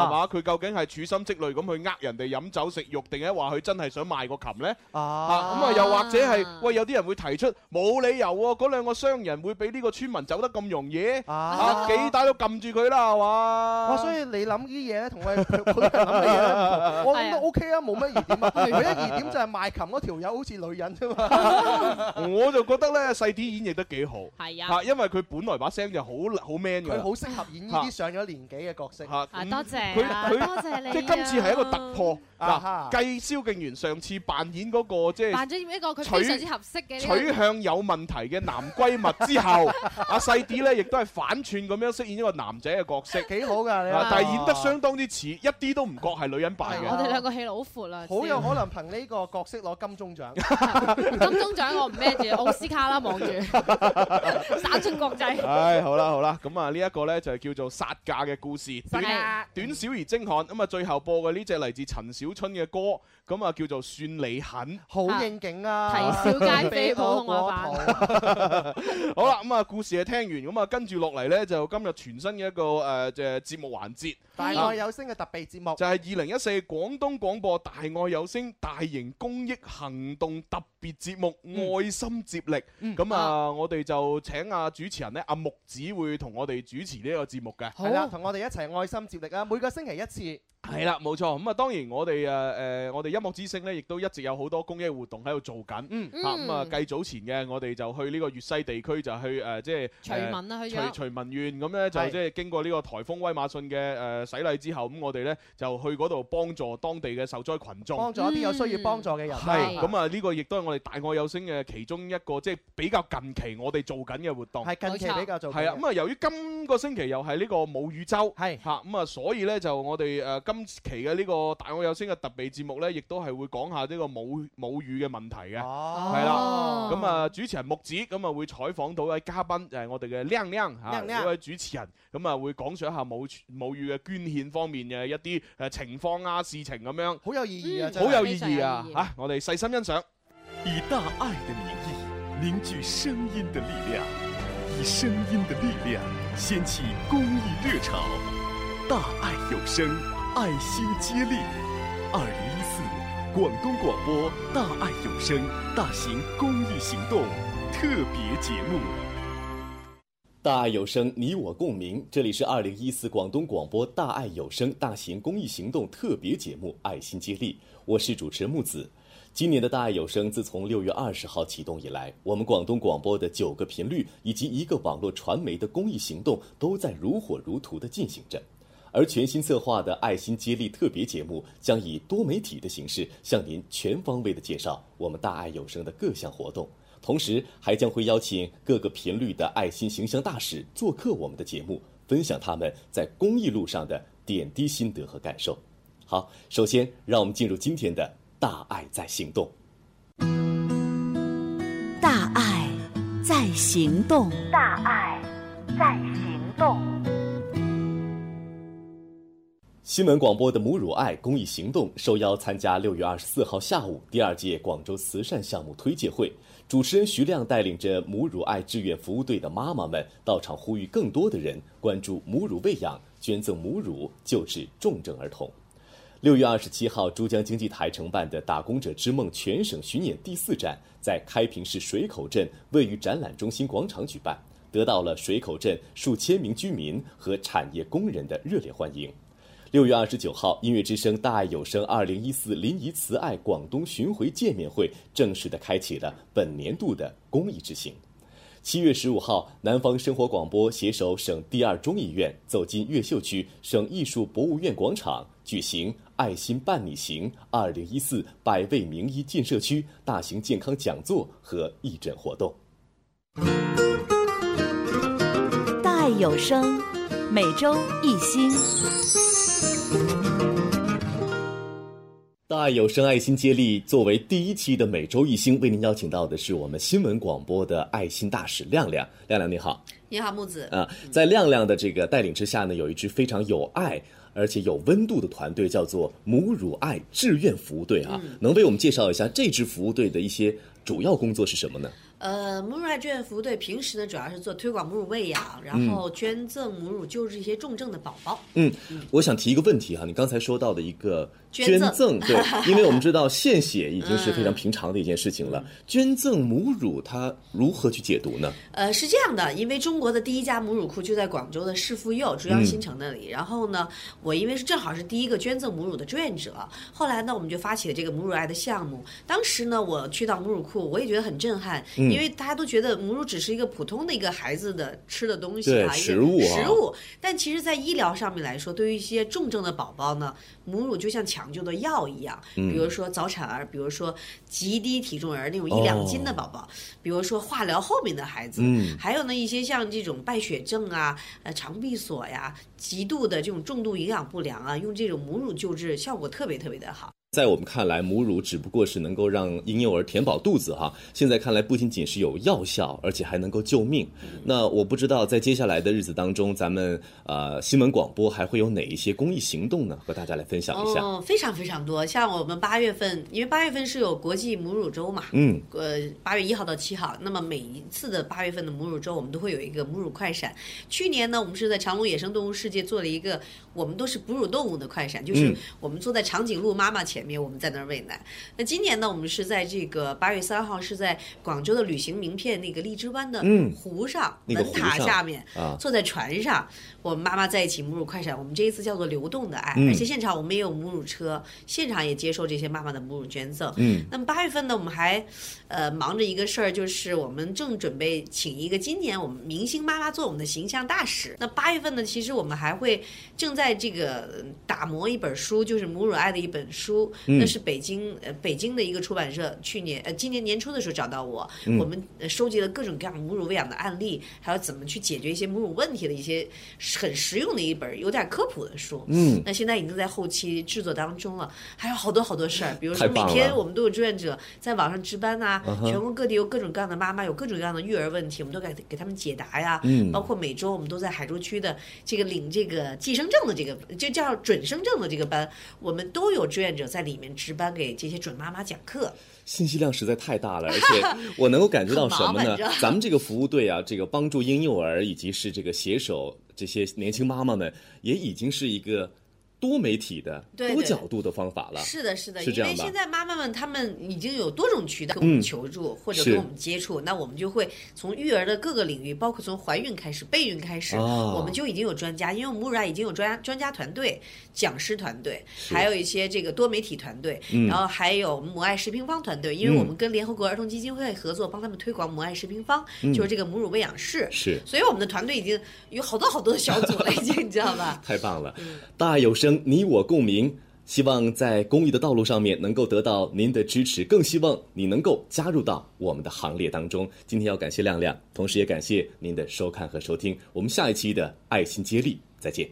係嘛，佢究竟係處心積慮咁去呃人哋飲酒食肉，定係話佢真係想賣個琴呢？啊，咁啊，又或者係喂，有啲人會提出冇理由喎，嗰兩個商人會俾呢個村民走得咁容易啊，幾打都撳住佢啦，係嘛？
哇！所以你諗呢啲嘢 咧，同我哋普普通人諗嘅嘢咧唔同，我諗都 OK 啊，冇乜 疑點啊。唯一疑點就係賣琴嗰條友好似女人啫 嘛。
我就覺得咧細啲演繹得幾好，
係啊
嚇因為佢本來把聲就好好 man 嘅，
佢好適合演呢啲上咗年紀嘅角色。
啊
嚇咁
謝
嗯佢佢即係今次係一個突破。
啊哈
嗱，繼蕭敬元上次扮演嗰個即係
扮咗一個佢
取
非常之合適嘅呢個
取向有問題嘅男閨蜜之 後，阿細啲咧亦都係反串咁樣飾演一個男仔嘅角色，
幾好㗎你
啊
話
但係演得相當之似，一啲都唔覺係女人扮嘅。
我哋兩個戲路好闊啊啦，
好有可能憑呢個角色攞金鐘獎。
金鐘獎我唔孭住，奧斯卡啦望 住，省出國際。
唉，好啦好啦，咁啊呢一個呢就係叫做殺價嘅故事，
殺
短
價
短小而精悍。咁啊最後播嘅呢只嚟自陳小春嘅歌，咁啊叫做算你狠。
好應景啊！
啼笑皆非
俾我
普通話
果
好啦，咁啊故事係聽完，咁啊跟住落嚟呢，就今日全新嘅一個呃誒嘅節目環節，
大愛有聲嘅特備節目
就係二零一四廣東廣播大愛有聲大型公益行動特別節目
嗯
《愛心接力》。咁啊，我哋就請啊主持人呢，阿木子會同我哋主持呢個節目嘅。
係啦，同我哋一齊愛心接力啊！每個星期一次。
係啦，冇錯。咁啊，當然我哋誒誒，我哋音樂之聲咧，亦都一直有好多公益活動喺度做緊。嗯
嗯
咁啊，繼早前嘅，我哋就去呢個粵西地區，就去呃誒，即係
徐聞啊
誒
去咗
徐徐聞縣咁咧，就
係
即係經過呢個颱風威馬遜嘅誒洗禮之後，咁我哋咧就去嗰度幫助當地嘅受災群眾，
幫助一啲有需要幫助嘅人啦。
係咁啊，呢個亦都係我哋大愛有聲嘅其中一個，即係比較近期我哋做緊嘅活動。
係近期比較做緊嘅
係啊，咁啊，由於今個星期又係呢個母語周，係嚇咁啊，所以咧就我哋誒今期嘅呢個大愛有聲嘅特備節目咧，亦都係會講下呢個母母語嘅問題嘅。
哦
係啦，咁啊，主持人木子咁啊會採訪到位嘉賓，就係我哋嘅靚靚嚇
靚靚
呢位主持人，咁啊會講述一下母母語嘅捐獻方面嘅一啲誒情況啊、事情咁樣。
好有意義啊真係
好有意義
非常
啊
有！意義
嚇，我哋細心欣賞。
以大爱的名义，凝聚声音的力量，以声音的力量掀起公益热潮。大爱有声，爱心接力。二零一四，广东广播大爱有声大型公益行动特别节目。
大爱有声，你我共鸣。这里是二零一四广东广播大爱有声大型公益行动特别节目《爱心接力》，我是主持人木子。今年的大爱有声自从六月二十号启动以来，我们广东广播的九个频率以及一个网络传媒的公益行动都在如火如荼地进行着。而全新策划的“爱心接力”特别节目将以多媒体的形式向您全方位的介绍我们大爱有声的各项活动，同时还将会邀请各个频率的爱心形象大使做客我们的节目，分享他们在公益路上的点滴心得和感受。好，首先让我们进入今天的“大爱在行动”。
大爱在行动，
大爱在行动。
新闻广播的母乳爱公益行动受邀参加六月二十四号下午第二届广州慈善项目推介会，主持人徐亮带领着母乳爱志愿服务队的妈妈们到场，呼吁更多的人关注母乳喂养，捐赠母乳救治重症儿童。六月二十七号，珠江经济台承办的“打工者之梦”全省巡演第四站在开平市水口镇位于展览中心广场举办，得到了水口镇数千名居民和产业工人的热烈欢迎。六月二十九号，音乐之声大爱有声二零一四临沂慈爱广东巡回见面会正式的开启了本年度的公益之行。七月十五号，南方生活广播携手省第二中医院走进越秀区省艺术博物院广场，举行“爱心伴你行”二零一四百位名医进社区大型健康讲座和义诊活动。
大爱有声，每周一新。
大爱有声爱心接力作为第一期的每周一星，为您邀请到的是我们新闻广播的爱心大使亮亮。亮亮你好，
你好，木子。
啊，在亮亮的这个带领之下呢，有一支非常有爱而且有温度的团队，叫做母乳爱志愿服务队啊。
嗯
能为我们介绍一下这支服务队的一些主要工作是什么呢？
呃，母乳爱志愿服务队平时呢，主要是做推广母乳喂养，然后捐赠母乳救治一些重症的宝宝。
嗯，我想提一个问题哈、你刚才说到的一个
捐赠
赠，对，因为我们知道献血已经是非常平常的一件事情了，捐赠母乳它如何去解读呢？
呃，是这样的，因为中国的第一家母乳库就在广州的市妇幼珠
嗯
江新城那里。然后呢，我因为是正好是第一个捐赠母乳的志愿者，后来呢，我们就发起了这个母乳爱的项目。当时呢，我去到母乳库，我也觉得很震撼，
嗯
因为大家都觉得母乳只是一个普通的一个孩子的吃的东西
对
啊，一个
食物啊
食物。但其实，在医疗上面来说，对于一些重症的宝宝呢，母乳就像抢救的药一样，
嗯
比如说早产儿，比如说极低体重儿那种一两斤的
哦
宝宝，比如说化疗后面的孩子。
嗯
还有呢一些像这种败血症啊、呃肠闭锁呀、极度的这种重度营养不良啊，用这种母乳救治效果特别特别的好。
在我们看来，母乳只不过是能够让婴幼儿填饱肚子哈。现在看来，不仅仅是有药效，而且还能够救命。
嗯
那我不知道在接下来的日子当中，咱们呃新闻广播还会有哪一些公益行动呢？和大家来分享一下。
哦，非常非常多。像我们八月份，因为八月份是有国际母乳周嘛，
嗯
呃，八月一号到七号，那么每一次的八月份的母乳周，我们都会有一个母乳快闪。去年呢，我们是在长隆野生动物世界做了一个，我们都是哺乳动物的快闪，就是
嗯
我们坐在长颈鹿妈妈前面，我们在那儿喂奶。那今年呢，我们是在这个八月三号是在广州的旅行名片那个荔枝湾的
嗯
湖上、
那个
门
湖
塔
上
下面，
啊
坐在船上，我们妈妈在一起母乳快闪。我们这一次叫做流动的爱，
嗯
而且现场我们也有母乳车，现场也接受这些妈妈的母乳捐赠。
嗯
那么八月份呢，我们还呃忙着一个事儿，就是我们正准备请一个今年我们明星妈妈做我们的形象大使。那八月份呢，其实我们还会正在这个呃打磨一本书，就是母乳爱的一本书，
嗯
那是北京呃北京的一个出版社去年呃今年年初的时候找到我，
嗯
我们呃收集了各种各样母乳喂养的案例，还有怎么去解决一些母乳问题的一些很实用的一本有点科普的书。
嗯
那现在已经在后期制作当中了，还有好多好多事儿，比如说
太
每
棒
天
了
我们都有志愿者在网上值班呐、
嗯哼
全国各地有各种各样的妈妈，有各种各样的育儿问题，我们都给给他们解答呀。
嗯
包括每周我们都在海珠区的这个领这个寄生证的这个，就叫准生证的这个班，我们都有志愿者在里面值班，给这些准妈妈讲课。
信息量实在太大了，而 且我能够感觉到什么
很
呢
忙反正？
咱们这个服务队啊，这个帮助婴幼儿以及是这个携手这些年轻妈妈们，也已经是一个多媒体的、
对对
多角度的方法了。
是的，是的，
是
因
这样
为
吧
现？在妈妈们她们已经有多种渠道跟我们
嗯
求助、或者
是
跟我们接触，那我们就会从育儿的各个领域，包括从怀孕开始、备孕开始，
哦
我们就已经有专家，因为母乳啊已经有专家专家团队、讲师团队，
是
还有一些这个多媒体团队，
嗯
然后还有母爱食平方团队，因为
嗯
我们跟联合国儿童基金会合作，帮他们推广母爱食平方，
嗯
就是这个母乳喂养室。
是
所以我们的团队已经有好多好多的小组了，已经你知道吧？
太棒了！大爱有声，你我共鸣。希望在公益的道路上面能够得到您的支持，更希望你能够加入到我们的行列当中。今天要感谢亮亮，同时也感谢您的收看和收听。我们下一期的爱心接力再见。